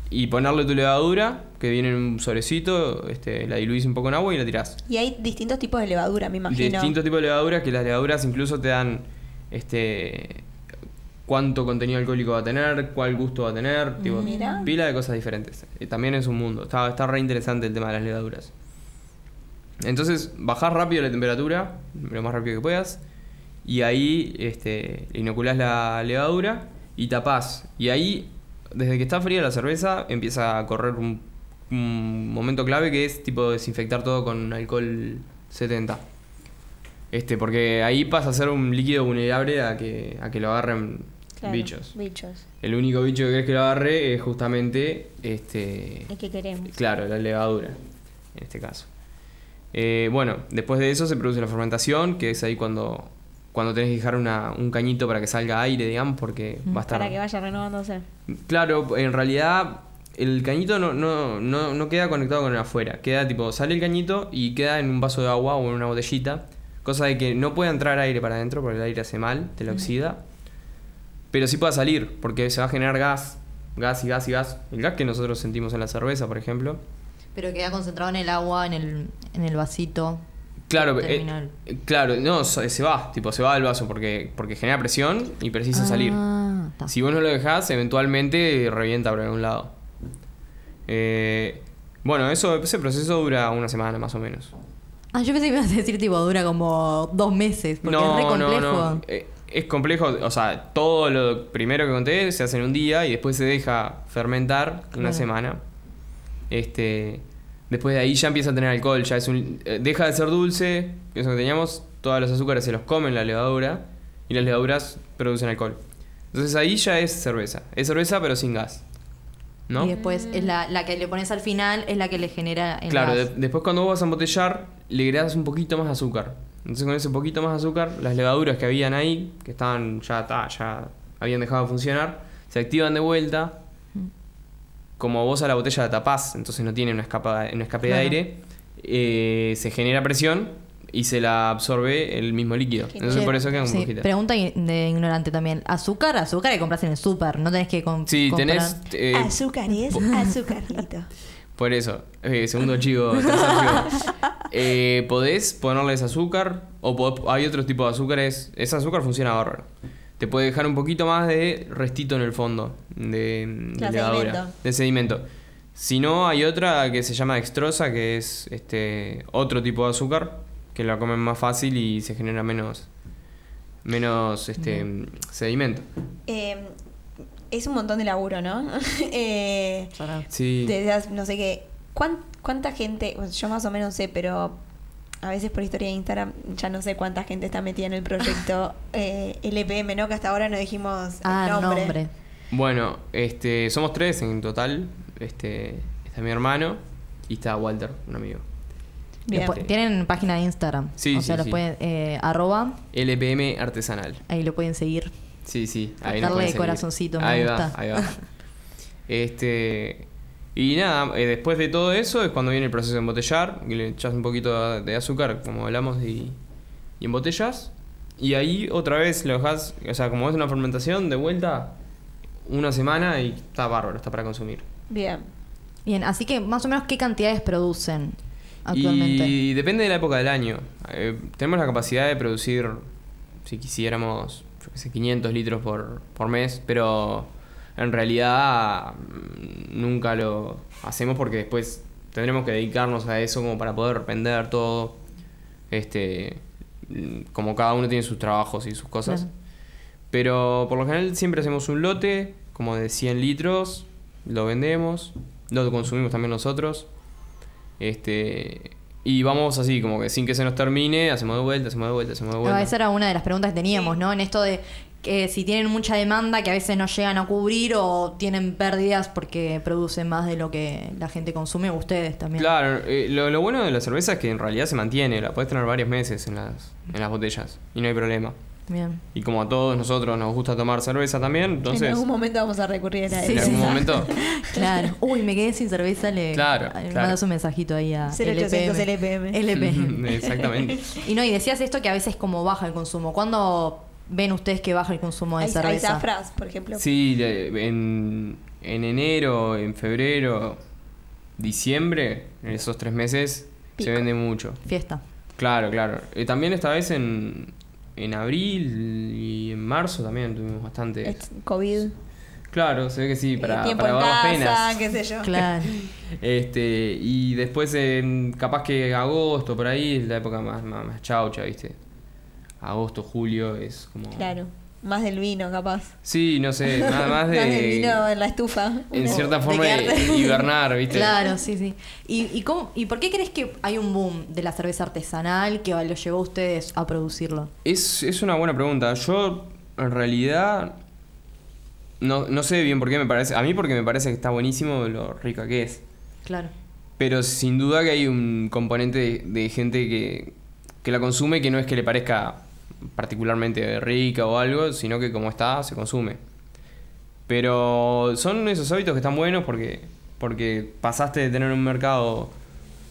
C: y ponerle tu levadura, que viene en un sobrecito, este, la diluís un poco en agua y la tirás.
B: Y hay distintos tipos de levadura, me imagino.
C: Distintos tipos de levaduras, que las levaduras incluso te dan este cuánto contenido alcohólico va a tener, cuál gusto va a tener, tipo,
B: Mira.
C: pila de cosas diferentes. Eh, También es un mundo, está, está re interesante el tema de las levaduras. Entonces, bajás rápido la temperatura, lo más rápido que puedas, y ahí este, inoculás la levadura y tapás. Y ahí, desde que está fría la cerveza, empieza a correr un, un momento clave que es tipo desinfectar todo con alcohol 70. Este, porque ahí pasa a ser un líquido vulnerable a que, a que lo agarren
B: Claro,
C: bichos.
B: Bichos.
C: El único bicho que crees que lo agarre es justamente este,
B: Es que queremos.
C: Claro, la levadura, en este caso. Eh, bueno, después de eso se produce la fermentación, que es ahí cuando, cuando tenés que dejar una- un cañito para que salga aire, digamos, porque va a estar...
B: Mm, Para que vaya renovándose.
C: Claro, en realidad el cañito no, no, no, no queda conectado con el afuera. Queda tipo, sale el cañito y queda en un vaso de agua o en una botellita. Cosa de que no puede entrar aire para adentro porque el aire hace mal, te lo oxida. Pero sí puede salir porque se va a generar gas. Gas y gas y gas. El gas que nosotros sentimos en la cerveza, por ejemplo.
A: Pero queda concentrado en el agua, en el, en el vasito.
C: Claro, eh,
A: Terminal.
C: eh, claro, no, se se va, tipo, se va del vaso porque, porque genera presión y precisa salir.
A: Ah, está.
C: Si vos no lo dejás, eventualmente revienta por algún lado. Eh, bueno, eso, ese proceso dura una semana más o menos.
A: Ah, yo pensé que me ibas a decir, tipo, dura como dos meses, porque es re complejo.
C: Eh, Es complejo, o sea, todo lo primero que conté se hace en un día y después se deja fermentar una
A: Claro.
C: semana. Este, después de ahí ya empieza a tener alcohol, ya es un, eh, deja de ser dulce, que eso que teníamos, todos los azúcares se los comen la levadura y las levaduras producen alcohol. Entonces ahí ya es cerveza, es cerveza pero sin gas. ¿No?
A: Y después es la, la que le pones al final es la que le genera el
C: Claro,
A: gas.
C: de- después cuando vos vas a embotellar, le agregás un poquito más de azúcar. Entonces con ese poquito más de azúcar, las levaduras que habían ahí, que estaban ya, ta, ya habían dejado de funcionar, se activan de vuelta. Como vos a la botella la tapás, entonces no tiene una escapa, un escape
A: Claro.
C: de aire, eh, se genera presión y se la absorbe el mismo líquido. Entonces
A: Che,
C: por eso queda un
A: sí,
C: poquito.
A: Pregunta in- de ignorante también. ¿Azúcar? Azúcar que compras en el súper. No tenés que com-
C: Sí,
A: comprar.
C: tenés... eh,
B: Azúcar Ah, es azúcarlito.
C: Por eso, eh, segundo chico, tercer chico. Eh, podés ponerles azúcar, o po- hay otros tipos de azúcares. Ese azúcar funciona bárbaro. Te puede dejar un poquito más de restito en el fondo, de, de
B: Claro,
C: levadura,
B: sedimento.
C: de sedimento. Si no, hay otra que se llama dextrosa, que es este otro tipo de azúcar, que la comen más fácil y se genera menos, menos este, sedimento.
B: Eh, es un montón de laburo, ¿no? eh,
A: Claro.
C: Sí.
B: desde hace- no sé qué. ¿Cuán- ¿Cuánta gente? bueno, yo más o menos sé, pero a veces por historia de Instagram ya no sé cuánta gente está metida en el proyecto eh, LPM, ¿no? Que hasta ahora no dijimos el
A: Ah,
B: nombre.
A: nombre.
C: Bueno, este, somos tres en total. Este, está mi hermano y está Walter, un amigo.
B: Bien.
A: Después- Tienen página de Instagram.
C: Sí,
A: O sea,
C: sí,
A: los
C: sí.
A: pueden. eh, arroba.
C: LPM artesanal.
A: Ahí lo pueden seguir.
C: Sí, sí.
A: Darle
C: Ahí nos pueden seguir.
A: corazoncito, me
C: ahí
A: gusta.
C: Va, ahí va. Este. Y nada, eh, después de todo eso es cuando viene el proceso de embotellar, que le echas un poquito de azúcar, como hablamos, y, y embotellas. Y ahí otra vez lo dejas, o sea, como es una fermentación, de vuelta, una semana y está bárbaro, está para consumir.
B: Bien.
A: Bien, así que más o menos qué cantidades producen actualmente.
C: Y depende de la época del año. Eh, tenemos la capacidad de producir, si quisiéramos, yo qué sé, 500 litros por, por mes, pero en realidad mm, nunca lo hacemos porque después tendremos que dedicarnos a eso como para poder vender todo. Este, mm, como cada uno tiene sus trabajos y sus cosas.
A: Claro.
C: Pero por lo general siempre hacemos un lote, como de 100 litros, lo vendemos, lo consumimos también nosotros. Este, y vamos así, como que sin que se nos termine, hacemos de vuelta, hacemos de vuelta, hacemos de
A: Ah,
C: vuelta.
A: Esa era una de las preguntas que teníamos, ¿no? En esto de que si tienen mucha demanda que a veces no llegan a cubrir o tienen pérdidas porque producen más de lo que la gente consume, ustedes también.
C: Claro, eh, lo, lo bueno de la cerveza es que en realidad se mantiene, la puedes tener varios meses en las, en las botellas y no hay problema.
A: Bien.
C: Y como a todos nosotros nos gusta tomar cerveza también, entonces
B: en algún momento vamos a recurrir a
A: Sí,
C: en
B: él.
A: sí.
C: algún momento...
A: Claro. Uy, me quedé sin cerveza, le,
C: Claro,
A: le
C: claro.
A: mandas un mensajito ahí a
B: 0800 LPM.
A: LPM.
C: Exactamente.
A: Y no, y decías esto que a veces como baja el consumo. ¿Cuándo ven ustedes que baja el consumo de
B: Hay, hay
A: cerveza?
B: zafras, por ejemplo.
C: Sí, de- en, en enero, en febrero, diciembre, en esos tres meses, se
B: Pico.
C: vende mucho.
A: Fiesta.
C: Claro, claro. Eh, también esta vez en, en abril y en marzo también tuvimos bastante.
B: Es COVID.
C: Claro, se ve que sí, para,
B: eh, tiempo
C: para
B: en
C: vagas
B: casa,
C: penas.
B: qué sé yo.
A: Claro.
C: Este, y después en capaz que agosto, por ahí, es la época más, más, más chaucha, ¿viste? Agosto, julio es como...
B: Claro. Más del vino, capaz.
C: Sí, no sé, nada más de...
B: Más del vino en la estufa.
C: en
B: Una-
C: cierta
B: de
C: forma
B: quedarte-
C: hi- hibernar, ¿viste?
A: Claro, sí, sí. ¿Y, y, cómo, ¿Y por qué crees que hay un boom de la cerveza artesanal que lo llevó a ustedes a producirlo?
C: Es, es una buena pregunta. Yo, en realidad, no, no sé bien por qué me parece. A mí, porque me parece que está buenísimo lo rica que es.
A: Claro.
C: Pero sin duda que hay un componente de, de gente que, que la consume que no es que le parezca particularmente rica o algo, sino que como está, se consume. Pero son esos hábitos que están buenos porque, porque pasaste de tener un mercado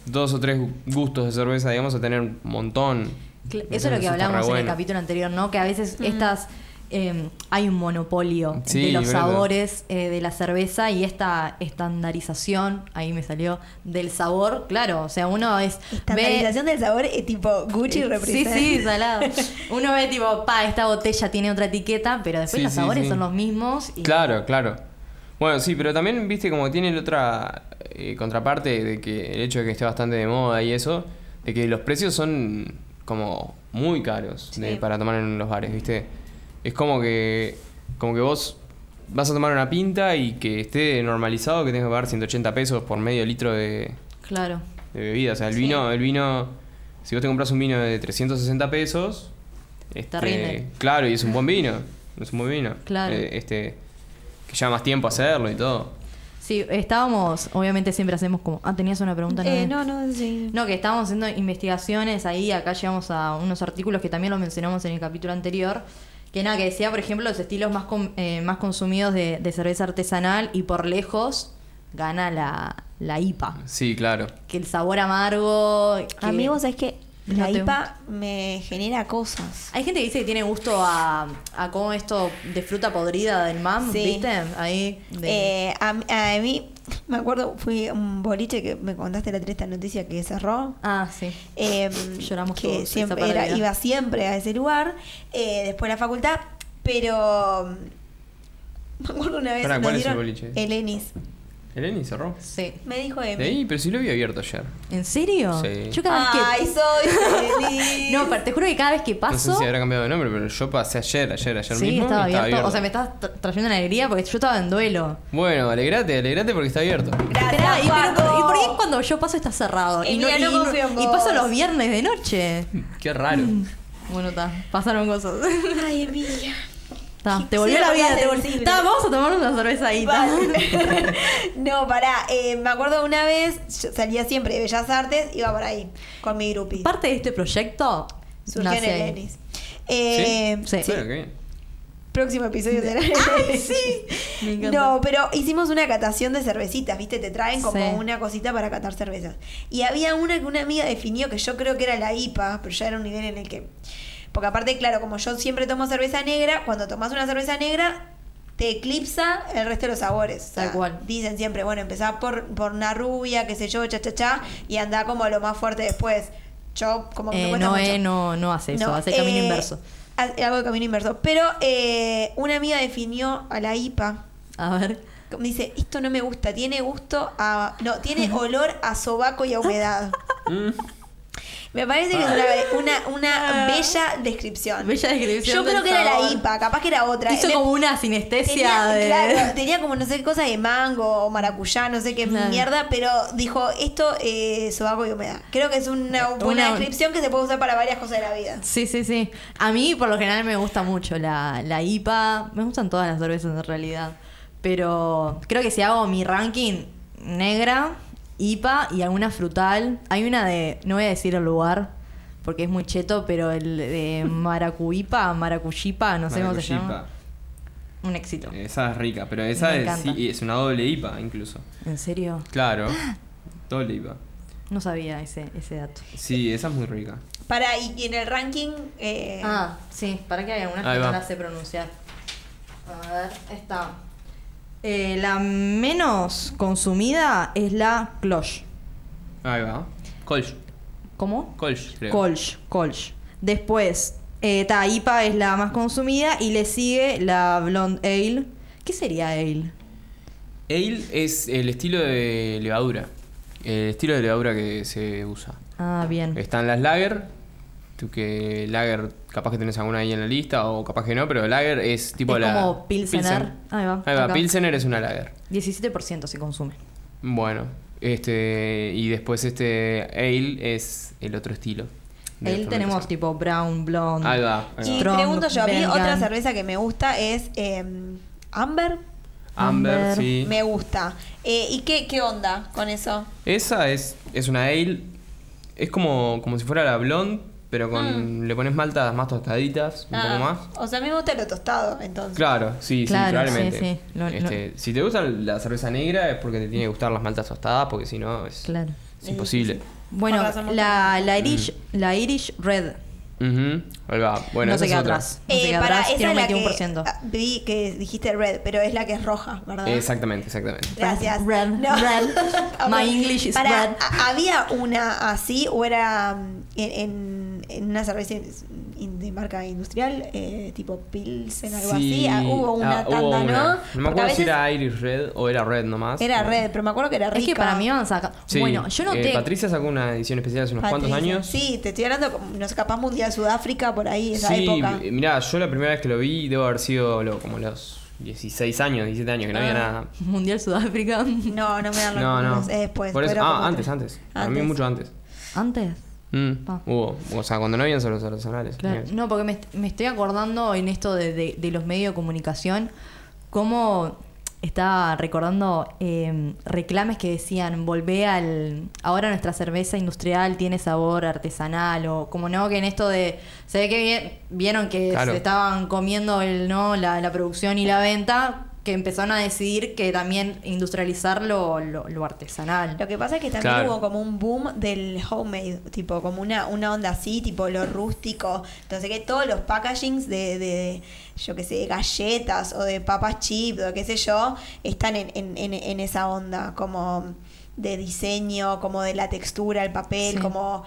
C: dos o tres gustos de cerveza, digamos, a tener un montón.
A: Cla-
C: Entonces,
A: Eso es lo que
C: está
A: hablamos en
C: re
A: el
C: bueno.
A: capítulo anterior, ¿no? Que a veces estas. eh, hay un monopolio
C: Sí,
A: de los
C: verdad.
A: sabores eh, de la cerveza y esta estandarización, ahí me salió, del sabor, claro. O sea, uno es. ve-
B: Estandarización del sabor es tipo Gucci
A: Sí,
B: representa.
A: sí, salado. Uno ve tipo, pa, esta botella tiene otra etiqueta, pero después
C: Sí,
A: los
C: sí,
A: sabores
C: sí.
A: son los mismos. Y
C: Claro, claro. Bueno, sí, pero también, viste, como tiene la otra eh, contraparte de que el hecho de que esté bastante de moda y eso, de que los precios son como muy caros de-
B: Sí.
C: para tomar en los bares, viste. Es como que, como que vos vas a tomar una pinta y que esté normalizado que tengas que pagar 180 pesos por medio litro de,
A: Claro.
C: de bebida. O sea, el vino, el vino, si vos te compras un vino de 360 pesos, este,
A: rinde.
C: claro, y es un buen vino, es un buen vino.
A: Claro.
C: Eh, este, que lleva más tiempo hacerlo y todo.
A: Sí, estábamos, obviamente siempre hacemos como. Ah, tenías una pregunta, Nadia?
B: Eh, no, no, sí.
A: No, que estábamos haciendo investigaciones ahí, acá llegamos a unos artículos que también los mencionamos en el capítulo anterior, que nada, que decía, por ejemplo, los estilos más, con- eh, más consumidos de, de cerveza artesanal y por lejos gana la, la IPA.
C: Sí, claro.
A: Que el sabor amargo... que-
B: Amigos, es que
A: No
B: la
A: te-
B: IPA me genera cosas.
A: Hay gente que dice que tiene gusto a, a como esto de fruta podrida del mam,
B: Sí.
A: ¿viste? Ahí... de-
B: Eh, a, a mí, me acuerdo, fui a un boliche que me contaste la triste noticia que cerró.
A: Ah, sí.
B: Eh,
A: Lloramos
B: que
A: todos esa
B: siempre era-
A: pérdida.
B: iba siempre a ese lugar, eh, después la facultad, pero mm, me acuerdo una vez
C: Pará,
B: nos
C: ¿cuál es el
B: dieron-
C: boliche?
B: el Enis.
C: Eleni cerró.
A: Sí.
B: Me dijo
C: De
B: Emi.
C: ahí, pero sí lo había abierto ayer.
A: ¿En serio?
C: Sí.
A: Yo cada
B: Ay,
A: vez
B: soy
A: que...
B: Enis.
A: No, pero te juro que cada vez que
C: No
A: paso...
C: sé si habrá cambiado de nombre, pero yo pasé ayer, ayer, ayer
A: Sí,
C: mismo. y
A: estaba abierto. O sea, me estás tra- trayendo una alegría porque yo estaba en duelo.
C: Bueno, alegrate, alegrate porque está abierto.
B: Gracias,
A: Esperá, y, pero-
B: Paco.
A: ¿y por qué cuando yo paso está cerrado? Y, no,
B: Emilia,
A: y,
B: no confío en
A: y
B: vos.
A: paso los viernes de noche.
C: Qué raro.
A: Mm, Bueno, está. Pasaron cosas.
B: Ay, Emilia.
A: Ta,
B: Sí,
A: te volvió la vida.
B: bastante
A: Te volvió.
B: sensible.
A: Ta, vamos a tomar una cerveza ahí. ta.
B: Vale. no, pará. eh, me acuerdo una vez, yo salía siempre de Bellas Artes, iba por ahí, con mi grupi.
A: Parte de este proyecto
B: Surgió en
A: nace
B: el
A: ahí.
B: Enis. Eh,
A: Sí.
C: Bueno, qué bien.
B: Próximo episodio será.
A: Ay, sí. este. Me encanta.
B: No, pero hicimos una catación de cervecitas, ¿viste? Te traen como
A: Sí.
B: una cosita para catar cervezas. Y había una que una amiga definió que yo creo que era la IPA, pero ya era un nivel en el que. Porque aparte, claro, como yo siempre tomo cerveza negra, cuando tomas una cerveza negra, te eclipsa el resto de los sabores. O sea,
A: Tal cual.
B: Dicen siempre, bueno, empezá por, por una rubia, qué sé yo, cha, cha, cha, y andá como a lo más fuerte después. Yo, como que me
A: Eh,
B: cuesta
A: no,
B: mucho.
A: eh, no, no hace eso,
B: No,
A: hace el camino
B: eh,
A: inverso.
B: ha- Algo de camino inverso. Pero eh, una amiga definió a la IPA.
A: A ver.
B: Me dice, esto no me gusta, tiene gusto a. No, tiene olor a sobaco y a humedad.
A: Mm.
B: Me parece que es una, una, una bella descripción.
A: Ah. Bella descripción
B: Yo
A: del
B: creo que era la
A: sabor.
B: IPA, capaz que era otra.
A: Hizo
B: Le-
A: como eh. una sinestesia
B: Tenía,
A: de.
B: claro, tenía como no sé qué cosa de mango o maracuyá, no sé qué
A: Claro.
B: mierda, pero dijo esto eh, sobaco y humedad. Creo que es una, una,
A: Una-
B: descripción que se puede usar para varias cosas de la vida.
A: Sí, sí, sí. A mí, por lo general, me gusta mucho la, la IPA. Me gustan todas las cervezas en realidad. Pero creo que si hago mi ranking, negra, IPA y alguna frutal. Hay una de. No voy a decir el lugar porque es muy cheto, pero el de maracuipa, maracuyipa, no sé cómo se llama.
C: Maracuyipa. Eh.
A: Un éxito.
C: Esa es rica, pero esa
A: Me
C: es,
A: encanta.
C: sí, es una doble IPA incluso.
A: ¿En serio?
C: Claro. Doble IPA.
A: No sabía ese, ese dato.
C: Sí, esa es muy rica.
B: Para, y, y en el ranking. eh,
A: Ah, sí, para que hay algunas
C: Ahí
A: que
C: va.
A: no las sé pronunciar. A ver, está. Eh, la menos consumida es la Klosh.
C: Ahí va. Kolsch.
A: ¿Cómo?
C: Kolsch, creo.
A: Kolsch, Kolsch. Después, eh, ta, IPA es la más consumida y le sigue la Blonde Ale. ¿Qué sería Ale?
C: Ale es el estilo de levadura. El estilo de levadura que se usa.
A: Ah, bien.
C: Están las lager. Tú que lager, capaz que tenés alguna ahí en la lista o capaz que no, pero lager es tipo
A: Es
C: la.
A: como Pilsener. Ahí va,
C: Ahí va,
A: acá.
C: Pilsener es una lager.
A: 17% se consume.
C: Bueno, este. Y después este ale es el otro estilo. de
A: Ale tenemos
C: fermentación.
A: tipo Brown, Blonde.
C: Ahí va. ahí va.
B: y
A: Strong,
B: pregunto yo, a mí
A: Belgian.
B: otra cerveza que me gusta es eh, Amber.
C: Amber,
A: Amber.
C: sí.
B: Me gusta. Eh, ¿Y qué, qué onda con eso?
C: Esa es, es una ale. Es como, como si fuera la blonde, pero con le pones maltas más tostaditas, un
B: Mm. Ah,
C: poco más.
B: O sea, a mí me gusta lo tostado, entonces.
C: Claro, sí, sí,
A: Claro,
C: probablemente.
A: sí, sí. Lo-
C: Este, Si te gusta la cerveza negra es porque te tiene que gustar las maltas tostadas, porque si no es,
A: Claro.
C: es imposible.
A: Bueno,
B: Por razón
A: la, la, Irish, la Irish Red.
C: Ujú, ahí va. Bueno,
A: no
C: esa
A: se
C: es
A: queda
C: otra.
A: atrás. No se queda
B: Eh, pará,
A: atrás, tiene un
B: esa es
A: 21%.
B: La que, ah, vi que dijiste red, pero es la que es roja, ¿verdad?
C: Exactamente, exactamente.
B: Gracias.
A: Red, red. My English is
B: Pará,
A: red.
B: ¿ha- ¿Había una así o era mm, en, en- en una cerveza in- in- de marca industrial, eh, tipo Pilsen, algo así? Ah, hubo una
C: Ah, hubo
B: tanda,
C: una.
B: ¿no?
C: No me
B: Porque a
C: acuerdo si
B: veces
C: era Irish Red o era Red nomás.
B: era
C: pero-
B: red, pero me acuerdo que era rica.
A: Es que para mí van sacando.
C: Sí,
A: Bueno, yo no
C: eh,
A: te.
C: Patricia sacó una edición especial hace unos cuantos
B: Patricia.
C: años.
B: Sí, te estoy hablando, como, no sé, capaz Mundial Sudáfrica, por ahí, esa
C: Sí,
B: época.
C: eh, mirá, yo la primera vez que lo vi debo haber sido lo- como los 16 años, 17 años, que no había nada.
A: Mundial Sudáfrica.
B: No, no me dan los
C: No, no.
B: números, es después.
C: Por eso-
B: pero como
C: ah,
B: que-
C: antes, antes. A mí
B: Antes. Ah.
C: mucho antes.
A: Antes.
C: Mm,
A: Pa.
C: Hubo, o sea, cuando no habían solo artesanales.
A: Claro.
C: Mira.
A: No, porque me, est- me estoy acordando en esto de, de- de los medios de comunicación, cómo estaba recordando eh, reclames que decían, volvé al... Ahora nuestra cerveza industrial tiene sabor artesanal, o como no, que en esto de... Se ve que vi- vieron que
C: Claro.
A: se estaban comiendo el no la, la producción y la venta, que empezaron a decidir que también industrializar lo, lo- lo artesanal.
B: Lo que pasa es que también
C: Claro.
B: hubo como un boom del homemade, tipo como una, una onda así, tipo lo rústico. Entonces que todos los packagings de, de yo qué sé, de galletas o de papas chips o qué sé yo, están en, en- en- en esa onda, como de diseño, como de la textura, el papel,
A: Sí.
B: como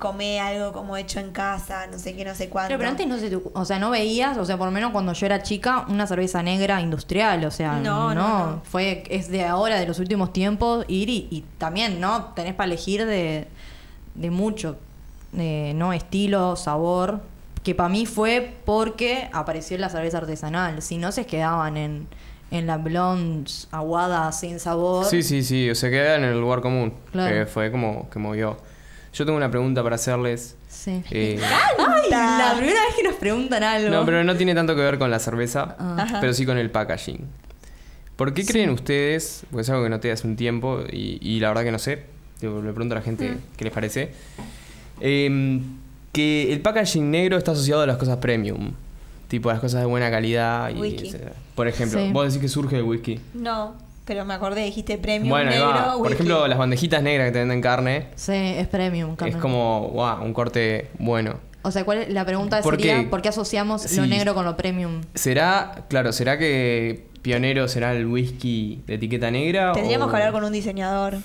B: comer algo como hecho en casa, no sé qué, no sé cuánto.
A: Pero, pero antes no se te ocu- o sea, no veías, o sea, por lo menos cuando yo era chica, una cerveza negra industrial, o sea,
B: No,
A: no,
B: no, no.
A: fue es de ahora, de los últimos tiempos, ir y, y también, ¿no? Tenés para elegir de, de mucho, eh, ¿no? Estilo, sabor, que para mí fue porque apareció la cerveza artesanal, si no se quedaban en, en la blonde aguada sin sabor.
C: Sí, sí, sí, o sea, queda en el lugar común.
A: Claro.
C: Que fue como que movió. Yo tengo una pregunta para hacerles.
A: Sí.
C: eh,
A: Ay, la primera vez que nos preguntan algo. Ah.
C: no, pero no tiene tanto que ver con la cerveza,
B: Ajá.
C: pero sí con el packaging. ¿Por qué creen ustedes, porque es algo que noté hace un tiempo y, y la verdad que no sé, le le pregunto a la gente qué les parece, eh, que el packaging negro está asociado a las cosas premium, tipo a las cosas de buena calidad y
B: Whisky.
C: etcétera? Por ejemplo,
A: Sí.
C: vos decís que surge el whisky.
B: No, pero me acordé, dijiste premium
C: Bueno, ahí
B: negro,
C: va. por
B: whisky.
C: ejemplo, las bandejitas negras que te venden carne,
A: Sí, es premium,
C: es
A: Carmen.
C: como, wow, un corte bueno.
A: O sea, ¿cuál es- la pregunta
C: ¿Por
A: sería,
C: qué?
A: ¿por qué asociamos lo
C: Sí.
A: negro con lo premium?
C: ¿Será, claro, será que pionero será el whisky de etiqueta negra?
B: Tendríamos que hablar con un diseñador.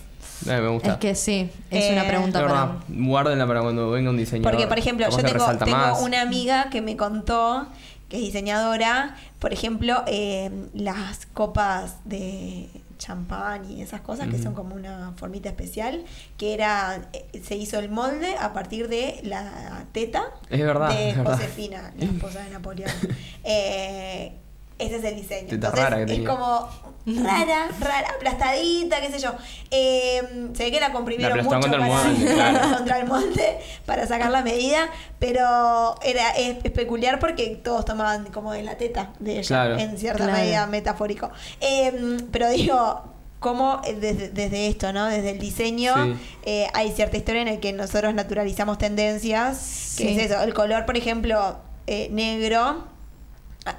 C: No, me gusta.
A: Es que sí, es
B: Eh,
A: una
C: Es
A: pregunta
C: verdad,
A: para...
C: guárdenla para cuando venga un diseñador.
B: Porque, por ejemplo, yo
C: Capaz que
B: tengo,
C: resalta
B: tengo
C: más.
B: una amiga que me contó, que es diseñadora, por ejemplo, eh, las copas de champán y esas cosas que
C: Ujú.
B: son como una formita especial, que era eh, se hizo el molde a partir de la teta
C: Es verdad,
B: de
C: es verdad.
B: Josefina, la esposa de Napoleón. Eh, ese es el diseño.
C: Teta
B: Entonces,
C: rara que
B: es
C: tenía.
B: como rara, rara, aplastadita, qué sé yo. Eh, se ve que la comprimieron mucho
C: aplastaron contra el
B: para-
C: molde, claro.
B: contra el molde para sacar la medida, pero era es, es peculiar porque todos tomaban como de la teta de ella,
C: Claro.
B: en cierta
A: Claro.
B: medida metafórico. Eh, pero digo, como desde, desde esto, ¿no? Desde el diseño
C: Sí.
B: eh, hay cierta historia en la que nosotros naturalizamos tendencias, que
A: Sí.
B: es eso, el color, por ejemplo, eh, negro.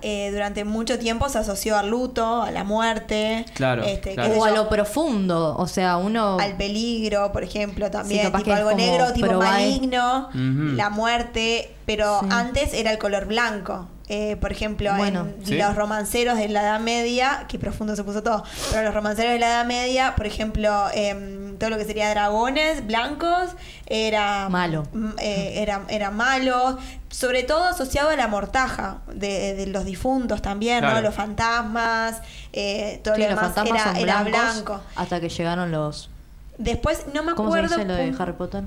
B: eh, durante mucho tiempo se asoció al luto, a la muerte,
C: Claro,
B: este,
C: claro.
B: qué sé
A: O a
B: yo,
A: lo profundo, o sea, uno...
B: al peligro, por ejemplo,
A: Sí,
B: también,
A: capaz que
B: tipo
A: es
B: algo
A: como
B: negro, tipo
A: probar-
B: maligno,
C: Ujú.
B: la muerte, pero
A: Sí.
B: antes era el color blanco. Eh, por ejemplo,
A: Bueno.
B: en
C: Sí.
B: los romanceros de la Edad Media, que profundo se puso todo, pero los romanceros de la Edad Media, por ejemplo, em, todo lo que sería dragones blancos, era
A: Malo.
B: m- eh, era, era malo, sobre todo asociado a la mortaja de, de los difuntos también, ¿no?
C: Claro.
B: los fantasmas, eh, todo
A: Sí,
B: lo
A: los
B: demás
A: fantasmas
B: era,
A: son
B: era
A: blancos
B: blanco.
A: hasta que llegaron los...
B: Después, no me
A: ¿Cómo
B: acuerdo.
A: se dice lo de
B: pum-
A: Harry Potter?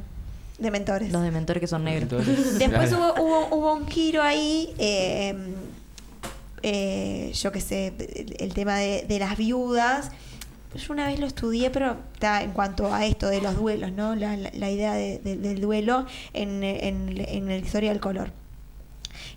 B: de mentores.
A: Los dementores que son negros.
C: Entonces,
B: Después
C: claro.
B: hubo, hubo, hubo un giro ahí. eh, eh, yo qué sé, el, el tema de, de las viudas. Yo una vez lo estudié, pero está en cuanto a esto de los duelos, ¿no? La, la- la idea de- de- del duelo en, en, en la historia del color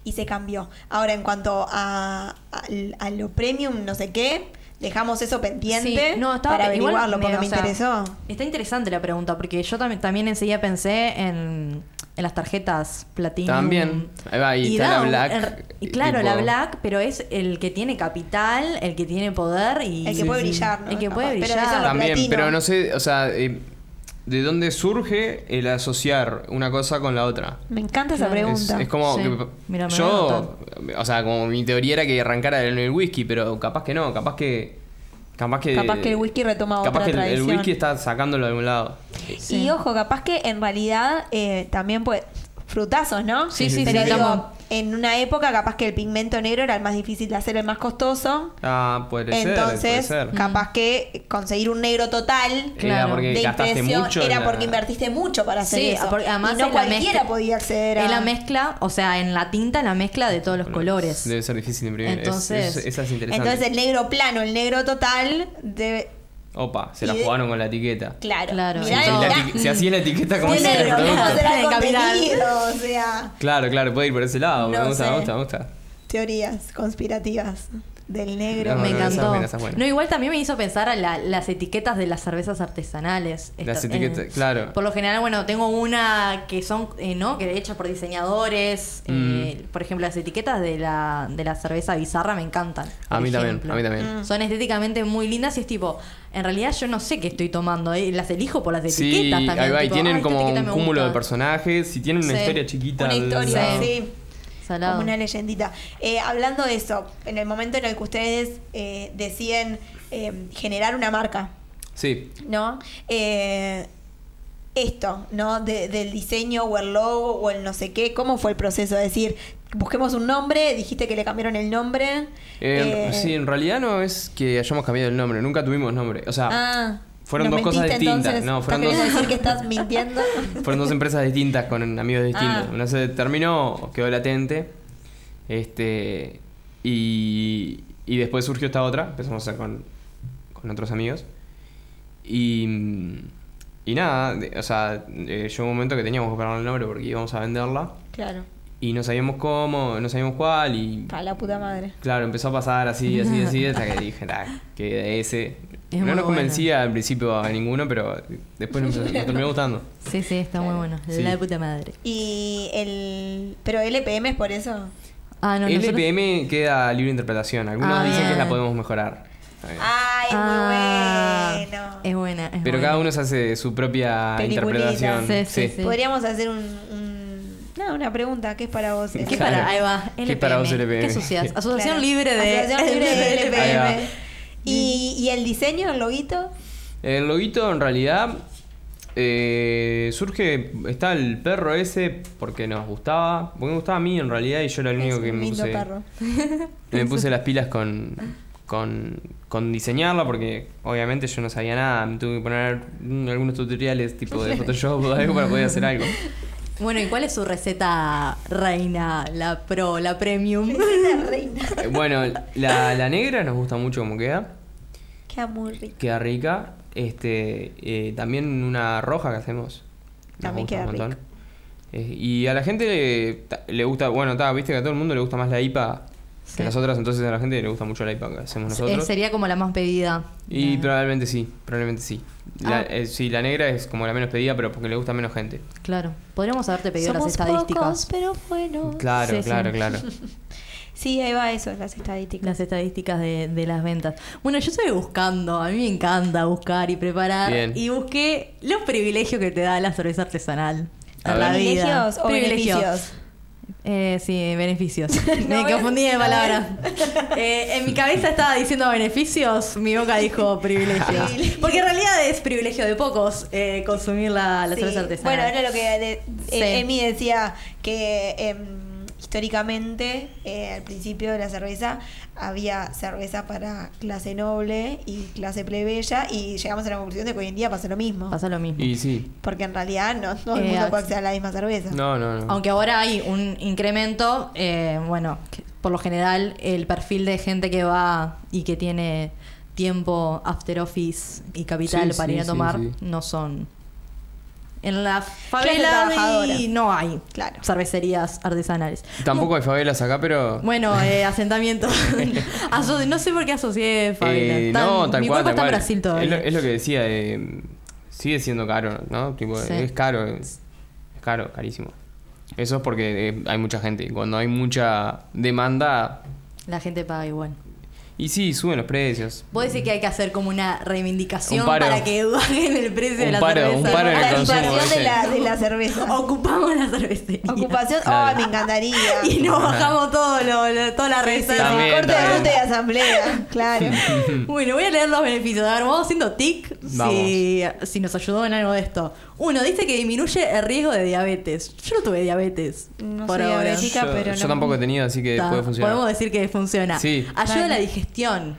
B: y se cambió. Ahora, en cuanto a, a- a lo premium, no sé qué, dejamos eso pendiente
A: Sí, no, estaba
B: para
A: pe- igual
B: averiguarlo porque me,
A: o sea,
B: interesó.
A: Está interesante la pregunta, porque yo también, también enseguida pensé en, en las tarjetas platino.
C: También. Ahí va, y está la Black,
A: y claro,
C: tipo-
A: la black, pero es el que tiene capital, el que tiene poder y.
B: El que puede brillar, ¿no?
A: El que puede
B: Capaz, pero
A: brillar.
B: eso no-
C: También,
B: platino.
C: pero no sé, o sea, eh, ¿de dónde surge el asociar una cosa con la otra?
B: Me encanta esa
A: Claro.
C: Es,
B: pregunta.
C: es como
A: Sí.
C: que
A: Mira, me voy a
C: yo, o sea, como mi teoría era que arrancara en el whisky, pero capaz que no, capaz que capaz que
B: Capaz que el whisky retoma
C: capaz
B: otra
C: que el- el
B: tradición.
C: whisky está sacándolo de algún lado.
A: Sí.
B: Y ojo, capaz que en realidad eh, también puede. Frutazos, ¿no?
A: Sí, sí,
B: Pero
A: sí,
B: digo,
A: estamos-
B: en una época capaz que el pigmento negro era el más difícil de hacer, el más costoso.
C: Ah, puede ser,
B: Entonces,
C: puede ser.
B: capaz que conseguir un negro total
C: Era
A: claro,
C: porque
B: de
C: gastaste
B: impresión
C: mucho. en
B: era
C: la-
B: porque invertiste mucho para hacer
A: Sí,
B: eso.
A: porque además
B: y
A: es
B: no
A: la
B: cualquiera
A: mezcla-
B: podía acceder a...
A: Es la mezcla, o sea, en la tinta, la mezcla de todos los colores.
C: Debe ser difícil de imprimir. Es-
A: Entonces-
C: es- esa es interesante.
B: Entonces el negro plano, el negro total, de...
C: Opa, se la
B: y de-
C: jugaron con la etiqueta.
B: claro.
A: Claro,
B: Mirá,
C: Si,
A: y
C: la
B: mirá,
C: eti- si así es la etiqueta, ¿cómo
B: tiene
C: se hace el
B: negro,
C: producto?
B: ¿cómo será el
A: En capital.
B: contenido? O sea,
C: Claro, claro, puede ir por ese lado.
B: No
C: me gusta,
B: sé.
C: me gusta, me gusta.
B: teorías conspirativas del negro.
C: No,
A: me
C: no, Ah, esa es
A: encantó.
C: buena, esa es buena.
A: No, igual también me hizo pensar a la- las etiquetas de las cervezas artesanales.
C: Las
A: Esta-
C: etiquetas,
A: eh,
C: claro.
A: Por lo general, bueno, tengo una que son, eh, ¿no? Que hechas por diseñadores. eh,
C: Mm.
A: por ejemplo, las etiquetas de la, de la cerveza bizarra me encantan.
C: A
A: por
C: mí también,
A: ejemplo. Mm,
C: a mí también.
A: Son estéticamente muy lindas y es tipo, en realidad yo no sé qué estoy tomando, eh, las elijo por las
C: Sí,
A: etiquetas también.
C: ahí va, y
A: tipo, "Ah,
C: tienen
A: esta
C: como
A: etiqueta
C: un
A: me
C: cúmulo de
A: gusta".
C: personajes y tienen una
A: Sí.
C: historia chiquita.
B: Una historia,
C: ¿no?
B: sí.
A: Salado.
B: Como una leyendita. Eh, hablando de eso, en el momento en el que ustedes eh, deciden eh, generar una marca,
C: Sí.
B: ¿no? Eh, esto, ¿no? De- del diseño o el logo o el no sé qué, ¿cómo fue el proceso? Es decir, busquemos un nombre, dijiste que le cambiaron el nombre.
C: En-
B: eh,
C: sí, en realidad no es que hayamos cambiado el nombre, nunca tuvimos nombre. O sea,
B: ah,
C: fueron
B: nos
C: dos cosas
B: mentiste,
C: distintas,
B: entonces.
C: no, fueron
B: ¿Estás queriendo decir
C: dos-
B: que estás mintiendo?
C: fueron dos empresas distintas con amigos distintos.
B: Ah.
C: Una se terminó, quedó latente. Este. Y, y después surgió esta otra. Empezamos a hacer con, con otros amigos. Y. Y nada, de- o sea, eh, llegó un momento que teníamos que parar el nombre porque íbamos a venderla.
B: claro,
C: Y no sabíamos cómo, no sabíamos cuál. Y
B: para la puta madre.
C: Claro, empezó a pasar así, así, así, hasta que dije, "Ah, que ese.
A: Es
C: no
A: muy
C: nos
A: bueno.
C: convencía al principio a ninguno, pero después nos, nos terminó gustando.
A: Sí, sí, está muy bueno.
C: Sí.
A: La de puta madre.
B: Y el... Pero LPM es por eso.
A: Ah, no, nosotros-
C: LPM E queda libre interpretación. Algunos
A: Ah,
C: dicen que
A: bien.
C: la podemos mejorar. Está bien.
B: Ay, es
A: Ah,
B: muy bueno.
A: Es buena. es
C: pero
A: buena.
C: cada uno se hace su propia
B: Peliculita.
C: interpretación.
A: Sí, sí, sí.
B: Podríamos hacer un, un- Nada, una pregunta, ¿qué es para vos?
A: ¿Qué
C: Claro.
A: para, ahí va,
C: ¿Qué para vos, LPM?
A: ¿Qué asocias? Asociación
B: Claro.
A: Libre de...
B: Asociación Libre de
C: Ahí
B: LPM.
C: va.
B: ¿Y, y el diseño, el loguito?
C: El loguito en realidad eh, surge, está el perro ese porque nos gustaba, porque me gustaba a mí en realidad y yo era el único
B: Es
C: que
B: un
C: me
B: lindo
C: puse,
B: perro. Ah.
C: me puse las pilas con, con, con diseñarla porque obviamente yo no sabía nada, me tuve que poner mm, algunos tutoriales tipo de Photoshop o algo para poder hacer algo.
A: Bueno, ¿y cuál es su receta reina, la pro, la premium?
B: La reina.
C: Eh, Bueno, la, la negra nos gusta mucho como queda,
B: Queda muy rico.
C: queda rica, este eh, también una roja que hacemos. nos
B: También
C: gusta
B: queda
C: un montón.
B: rico.
C: Eh, y a la gente le, ta- le gusta, bueno, ta, viste que a todo el mundo le gusta más la IPA
A: Sí.
C: que las otras, entonces a la gente le gusta mucho la IPA que hacemos
A: Eh,
C: nosotros.
A: Sería como la más pedida.
C: Y
A: La-
C: probablemente sí, probablemente sí. La,
A: Ah.
C: eh, sí, la negra es como la menos pedida, pero porque le gusta menos gente.
A: Claro, podríamos haberte pedido
B: Somos
A: las estadísticas.
B: pocos, pero bueno.
C: Claro,
A: Uh. Sí, sí.
C: claro, claro.
B: Sí, ahí va eso, las estadísticas.
A: Las estadísticas de, de las ventas. Bueno, yo estoy buscando, a mí me encanta buscar y preparar.
C: Bien.
A: Y busqué los privilegios que te da la cerveza artesanal.
C: A
A: en la
C: ver.
A: vida.
B: ¿Privilegios o beneficios?
A: Eh, sí, beneficios.
B: No,
A: me
B: ven-
A: confundí de
B: no,
A: palabra. Eh, en mi cabeza estaba diciendo beneficios, mi boca dijo privilegios. Porque en realidad es privilegio de pocos eh, consumir la, la
B: Sí.
A: cerveza artesanal.
B: Bueno, era lo que de-
A: Sí.
B: eh, Emi decía que em, históricamente eh, al principio de la cerveza había cerveza para clase noble y clase plebeya y llegamos a la conclusión de que hoy en día pasa lo mismo.
A: Pasa lo mismo.
C: Y sí.
B: Porque en realidad no todo el
A: Eh,
B: mundo puede
A: ac-
B: acceder a la misma cerveza.
C: No, no, no.
A: Aunque ahora hay un incremento, eh, bueno, que por lo general el perfil de gente que va y que tiene tiempo after office y capital
C: Sí,
A: para
C: sí,
A: ir a
C: sí,
A: tomar
C: sí.
A: no son. En la favela
B: trabajadora.
A: y no hay
B: Claro.
A: cervecerías artesanales.
C: Tampoco hay favelas acá, pero.
A: Bueno, eh, asentamiento. Aso- no sé por qué asocié favela.
C: Eh,
A: Tan-
C: no, tal
A: mi
C: cual.
A: cuerpo está
C: tal
A: en
C: cual.
A: Brasil todavía.
C: Es lo, es lo que decía, eh, sigue siendo caro, ¿no? Tipo,
A: Sí.
C: es caro, es es caro, carísimo. Eso es porque eh, hay mucha gente. y Cuando hay mucha demanda,
A: La gente paga igual.
C: y sí, suben los precios.
A: Vos decís que hay que hacer como una reivindicación
C: Un paro.
A: para que bajen el precio de
C: Un
A: la
C: paro,
A: cerveza.
C: un paro en el
A: ¿no?
B: La
C: consumo,
B: ocupación de
C: ese.
B: la, de la cerveza.
A: Ocupamos la cervecería.
B: Ocupación,
C: Claro.
B: oh, me encantaría.
A: Y nos bajamos todo lo, lo- toda la reserva.
C: También,
B: Corte de
C: también.
B: ruta y asamblea, claro.
A: Bueno, voy a leer los beneficios. A ver, vamos haciendo tic si, si nos ayudó en algo de esto. Uno, dice que disminuye el riesgo de diabetes. Yo no tuve diabetes.
B: No
A: por
B: soy
A: ahora.
B: diabética. Chica,
C: yo,
B: pero
C: yo
B: no-
C: tampoco he tenido, así que
A: Ta,
C: puede funcionar.
A: Podemos decir que funciona.
C: Sí.
A: Ayuda a la
B: Vale.
A: digestión.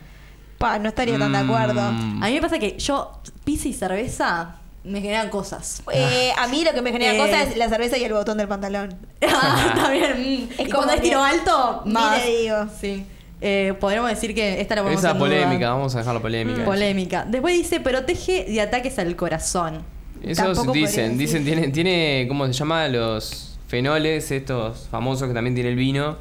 B: Pa, no estaría tan de acuerdo.
C: Mm.
A: A mí me pasa que yo, pizza y cerveza, me generan cosas.
B: Eh, a mí lo que me genera
A: Eh.
B: cosas es la cerveza y el botón del pantalón.
A: Ah, está bien. mm.
B: Es
A: y
B: como
A: cuando es tiro
B: que-
A: alto,
B: Ni
A: más.
B: le digo.
A: Sí. Eh, podríamos decir que esta la ponemos
C: Esa
A: en duda.
C: polémica, vamos a dejarlo polémica.
A: Polémica. Después dice, protege de ataques al corazón.
C: Esos
B: Tampoco
C: dicen,
B: podría
C: dicen, tiene, tiene, ¿cómo se llama? Los fenoles, estos famosos que también tiene el vino,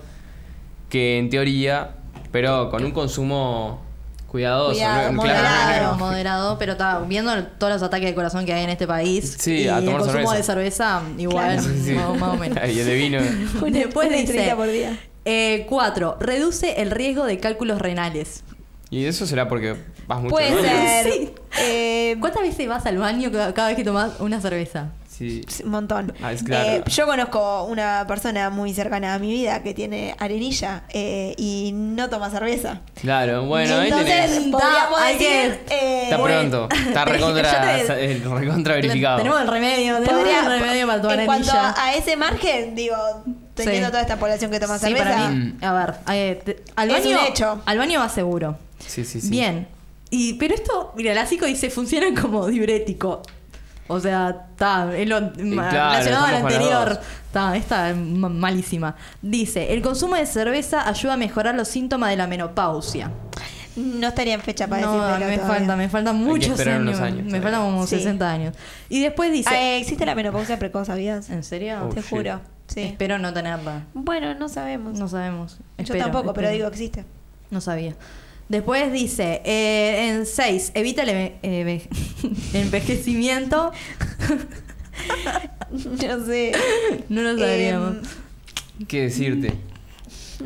C: que en teoría, pero con un consumo cuidadoso.
B: Cuidado,
C: ¿no?
B: moderado.
C: Claro,
A: Moderado,
C: no, no.
A: moderado, pero está viendo todos los ataques al corazón que hay en este país.
C: Sí,
A: y
C: a tomar
A: el consumo
C: cerveza.
A: de cerveza, igual,
B: Claro.
C: Sí, sí.
A: Más, más o menos.
C: Y el de vino.
A: Después
B: Una
A: dice,
B: estrellita por día.
A: eh, cuatro, reduce el riesgo de cálculos renales.
C: Y eso será porque vas mucho.
B: Puede
C: al baño.
B: ser.
A: Sí.
B: Eh,
A: ¿Cuántas veces vas al baño ca- cada vez que tomas una cerveza?
C: Sí.
B: un montón.
C: Ah, es claro.
B: Eh, yo conozco una persona muy cercana a mi vida que tiene arenilla eh, y no toma cerveza.
C: Claro, bueno, ahí
B: Entonces,
C: tenés.
A: tenés.
B: podríamos
A: Da, hay
B: decir, eh,
C: Está pronto. Está recontra,
A: Yo te-
C: eh, recontra verificado.
A: Tenemos el remedio, tenemos
B: podría-
A: el remedio para tomar
B: En cuanto
A: anilla.
B: a ese margen, digo, teniendo
A: Sí.
B: toda esta población que toma
A: Sí,
B: cerveza.
A: para mí, a ver, eh, te- al
B: Es
A: baño,
B: un hecho.
A: al baño va seguro.
C: Sí, sí, sí.
A: Bien. Y, pero esto, mira, el ácido dice, funciona como diurético. O sea, está, es lo ma-
C: claro,
A: relacionado al
C: estamos con las
A: anterior.
C: dos.
A: Está, esta es ma- malísima. Dice, el consumo de cerveza ayuda a mejorar los síntomas de la menopausia.
B: No estaría en fecha para
A: No,
B: decírtelo
A: me
B: todavía.
A: falta, me faltan
C: que
A: muchos
C: esperar
A: años.
C: unos años
A: Me
C: todavía.
A: faltan como
B: Sí.
A: 60 años. Y después dice,
B: Ah, eh, existe la menopausia precoz, ¿sabías?
A: ¿en serio?
C: Oh,
B: Te
C: shit.
B: juro. Sí.
A: Eh, Espero no tenerla.
B: Bueno, no sabemos.
A: No sabemos.
B: Yo
A: Espero,
B: tampoco, pero
A: espero.
B: digo que existe.
A: No sabía. Después dice, eh, en 6, evita el eme- eve- eh, envejecimiento.
B: No sé.
A: No lo sabíamos.
C: ¿Qué decirte?
B: Em,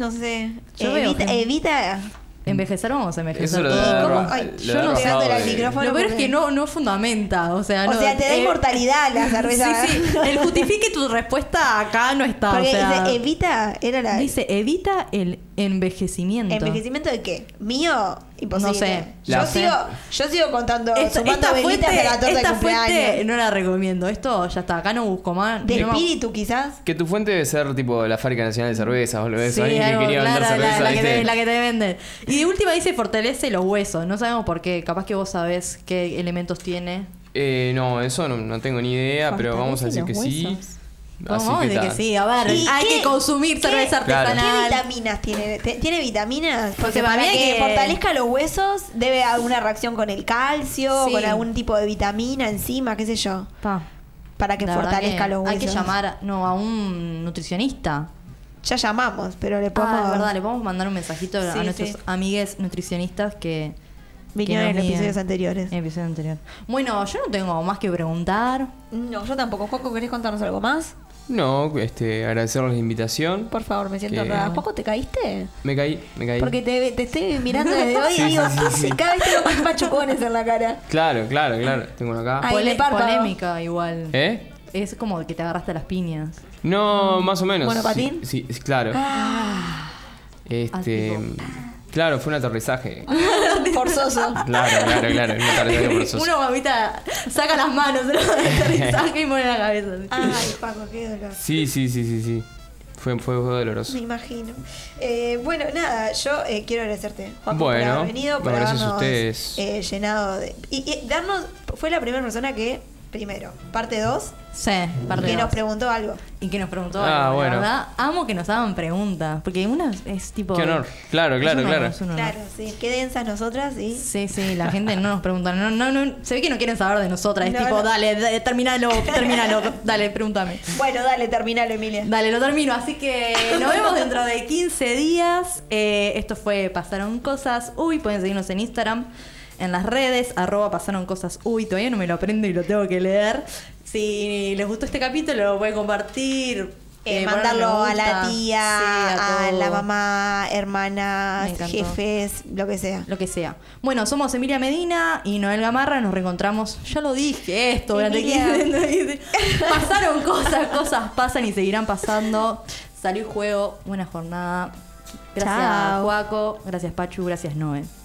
B: no sé.
A: Yo veo
B: evita,
A: que-
B: evita
A: envejecer, vamos a envejecer.
C: Eso lo
A: todos.
C: debe haber
A: ¿Cómo?
C: ba-
B: Ay, yo
C: lo debe haber
B: no sé.
C: bajado
B: Dándole
C: de-
B: al micrófono.
A: Lo peor es
B: porque-
A: que no, no fundamenta, o sea,
B: O
A: no,
B: sea, te da
A: eh,
B: inmortalidad la cerveza.
A: Sí, sí, el justifique tu respuesta acá no está,
B: Porque
A: o sea,
B: dice, evita, era la.
A: dice, evita el envejecimiento.
B: ¿Envejecimiento de qué? ¿Mío? Imposible.
A: No sé.
C: La
B: Yo
C: sé.
B: sigo, yo sigo contando,
A: Esto-
B: sumando
A: esta
B: velitas
A: fuente,
B: a la torta de
A: esta fuente
B: cumpleaños.
A: no la recomiendo. Esto ya está, acá no busco más.
B: De
A: no me-
B: espíritu, quizás.
C: Que tu fuente debe ser tipo la fábrica nacional de cerveza, o lo ves,
A: Sí,
C: alguien que
A: algo,
C: quería
A: claro,
C: vender cerveza,
A: la, la que
C: ¿viste?
A: te, la que te venden. Y de última dice fortalece los huesos. No sabemos por qué. Capaz que vos sabés qué elementos tiene.
C: Eh, no, eso no, no tengo ni idea, pero vamos a decir que sí. Así
A: Vamos, de
C: ta.
A: que sí, ah. a ver,
B: ¿Y
A: hay
B: qué-
A: que consumir
B: qué-
A: cerveza
C: claro.
A: artesanal.
B: ¿Qué vitaminas tiene? ¿Te- ¿Tiene vitaminas?
A: Porque
B: Porque
A: para
B: para
A: mí
B: que,
A: hay que-
B: fortalezca los huesos debe haber alguna reacción con el calcio,
A: Sí.
B: con algún tipo de vitamina, enzima, qué sé yo,
A: Pa,
B: para que
A: la verdad
B: fortalezca
A: que
B: los huesos.
A: Hay que llamar no, a un nutricionista.
B: Ya llamamos, pero le podemos...
A: Ah, es verdad, le podemos mandar un mensajito a-
B: Sí,
A: a nuestros
B: sí.
A: amigues nutricionistas que.
B: Vinieron
A: que nos
B: en
A: digan. Eh.
B: episodios anteriores.
A: En episodios anteriores. Bueno, yo no tengo más que preguntar.
B: No, yo tampoco. Juanco, ¿querés contarnos algo más?
C: No, este, agradecerles la invitación.
B: Por favor, me siento
C: Que-
B: rara. ¿Poco te caíste?
C: Me caí, me caí.
B: Porque te, te estoy mirando desde hoy
C: Sí,
B: y digo,
C: sí,
B: ¿qué
C: sí,
B: sé?
C: sí.
B: Cada vez tengo más machucones en la cara.
C: Claro, claro, claro. Tengo uno acá.
B: Ay,
A: Pole-
B: mi párpado.
A: polémica igual.
C: ¿Eh?
A: Es como que te agarraste a las piñas.
C: No,
A: Mm.
C: más o menos.
B: Bueno, patín.
C: Sí, sí, sí, claro.
A: Ah,
B: Ah.
C: Este.
A: Al
C: Claro, fue un aterrizaje.
B: Forzoso.
C: Claro, claro, claro. Un aterrizaje forzoso.
A: Uno mamita saca las manos del aterrizaje y pone la cabeza. así.
B: Ay, Paco, qué dolor.
C: Sí, sí, sí, sí, sí. Fue, fue doloroso.
B: Me imagino. Eh, bueno, nada, yo eh, quiero agradecerte, Juan, por
C: Bueno,
B: haber venido, por
C: no, gracias a
B: habernos
C: ustedes.
B: eh, llenado de... Y, y darnos... Fue la primera persona que, primero, parte 2,
A: Sí, parte
B: que
A: dos.
B: nos preguntó algo.
A: Y que nos preguntó
C: Ah,
A: algo, la
C: bueno.
A: verdad, amo que nos hagan preguntas, porque una es tipo...
C: Qué honor. Claro,
A: Es
C: claro,
A: un honor,
C: claro.
A: es un honor.
B: Claro, sí. Qué densas nosotras y...
A: Sí, sí, la gente no nos pregunta, no, no, no, se ve que no quieren saber de nosotras, es
B: No,
A: tipo,
B: no.
A: dale, dale, terminalo, terminalo, dale, pregúntame.
B: Bueno, dale, terminalo, Emilia.
A: Dale, lo termino. Así que nos vemos dentro de 15 días. Eh, esto fue Pasaron Cosas. Uy, pueden seguirnos en Instagram, en las redes, arroba pasaron cosas. Uy, todavía no me lo aprendo y lo tengo que leer. Si les gustó este capítulo, lo pueden compartir.
B: Eh,
A: eh,
B: mandarlo a
A: ponerle me
B: la
A: gusta.
B: tía,
A: Sí,
B: a,
A: todo.
B: la mamá, hermanas,
A: Me encantó.
B: jefes, lo que sea.
A: Lo que sea. Bueno, somos Emilia Medina y Noel Gamarra. Nos reencontramos, ya lo dije, esto. durante
B: Emilia.
A: 15 Pasaron cosas, cosas pasan y seguirán pasando. Salió juego, buena jornada. Gracias,
B: Chao.
A: Juaco. Gracias, Pachu. Gracias, Noel.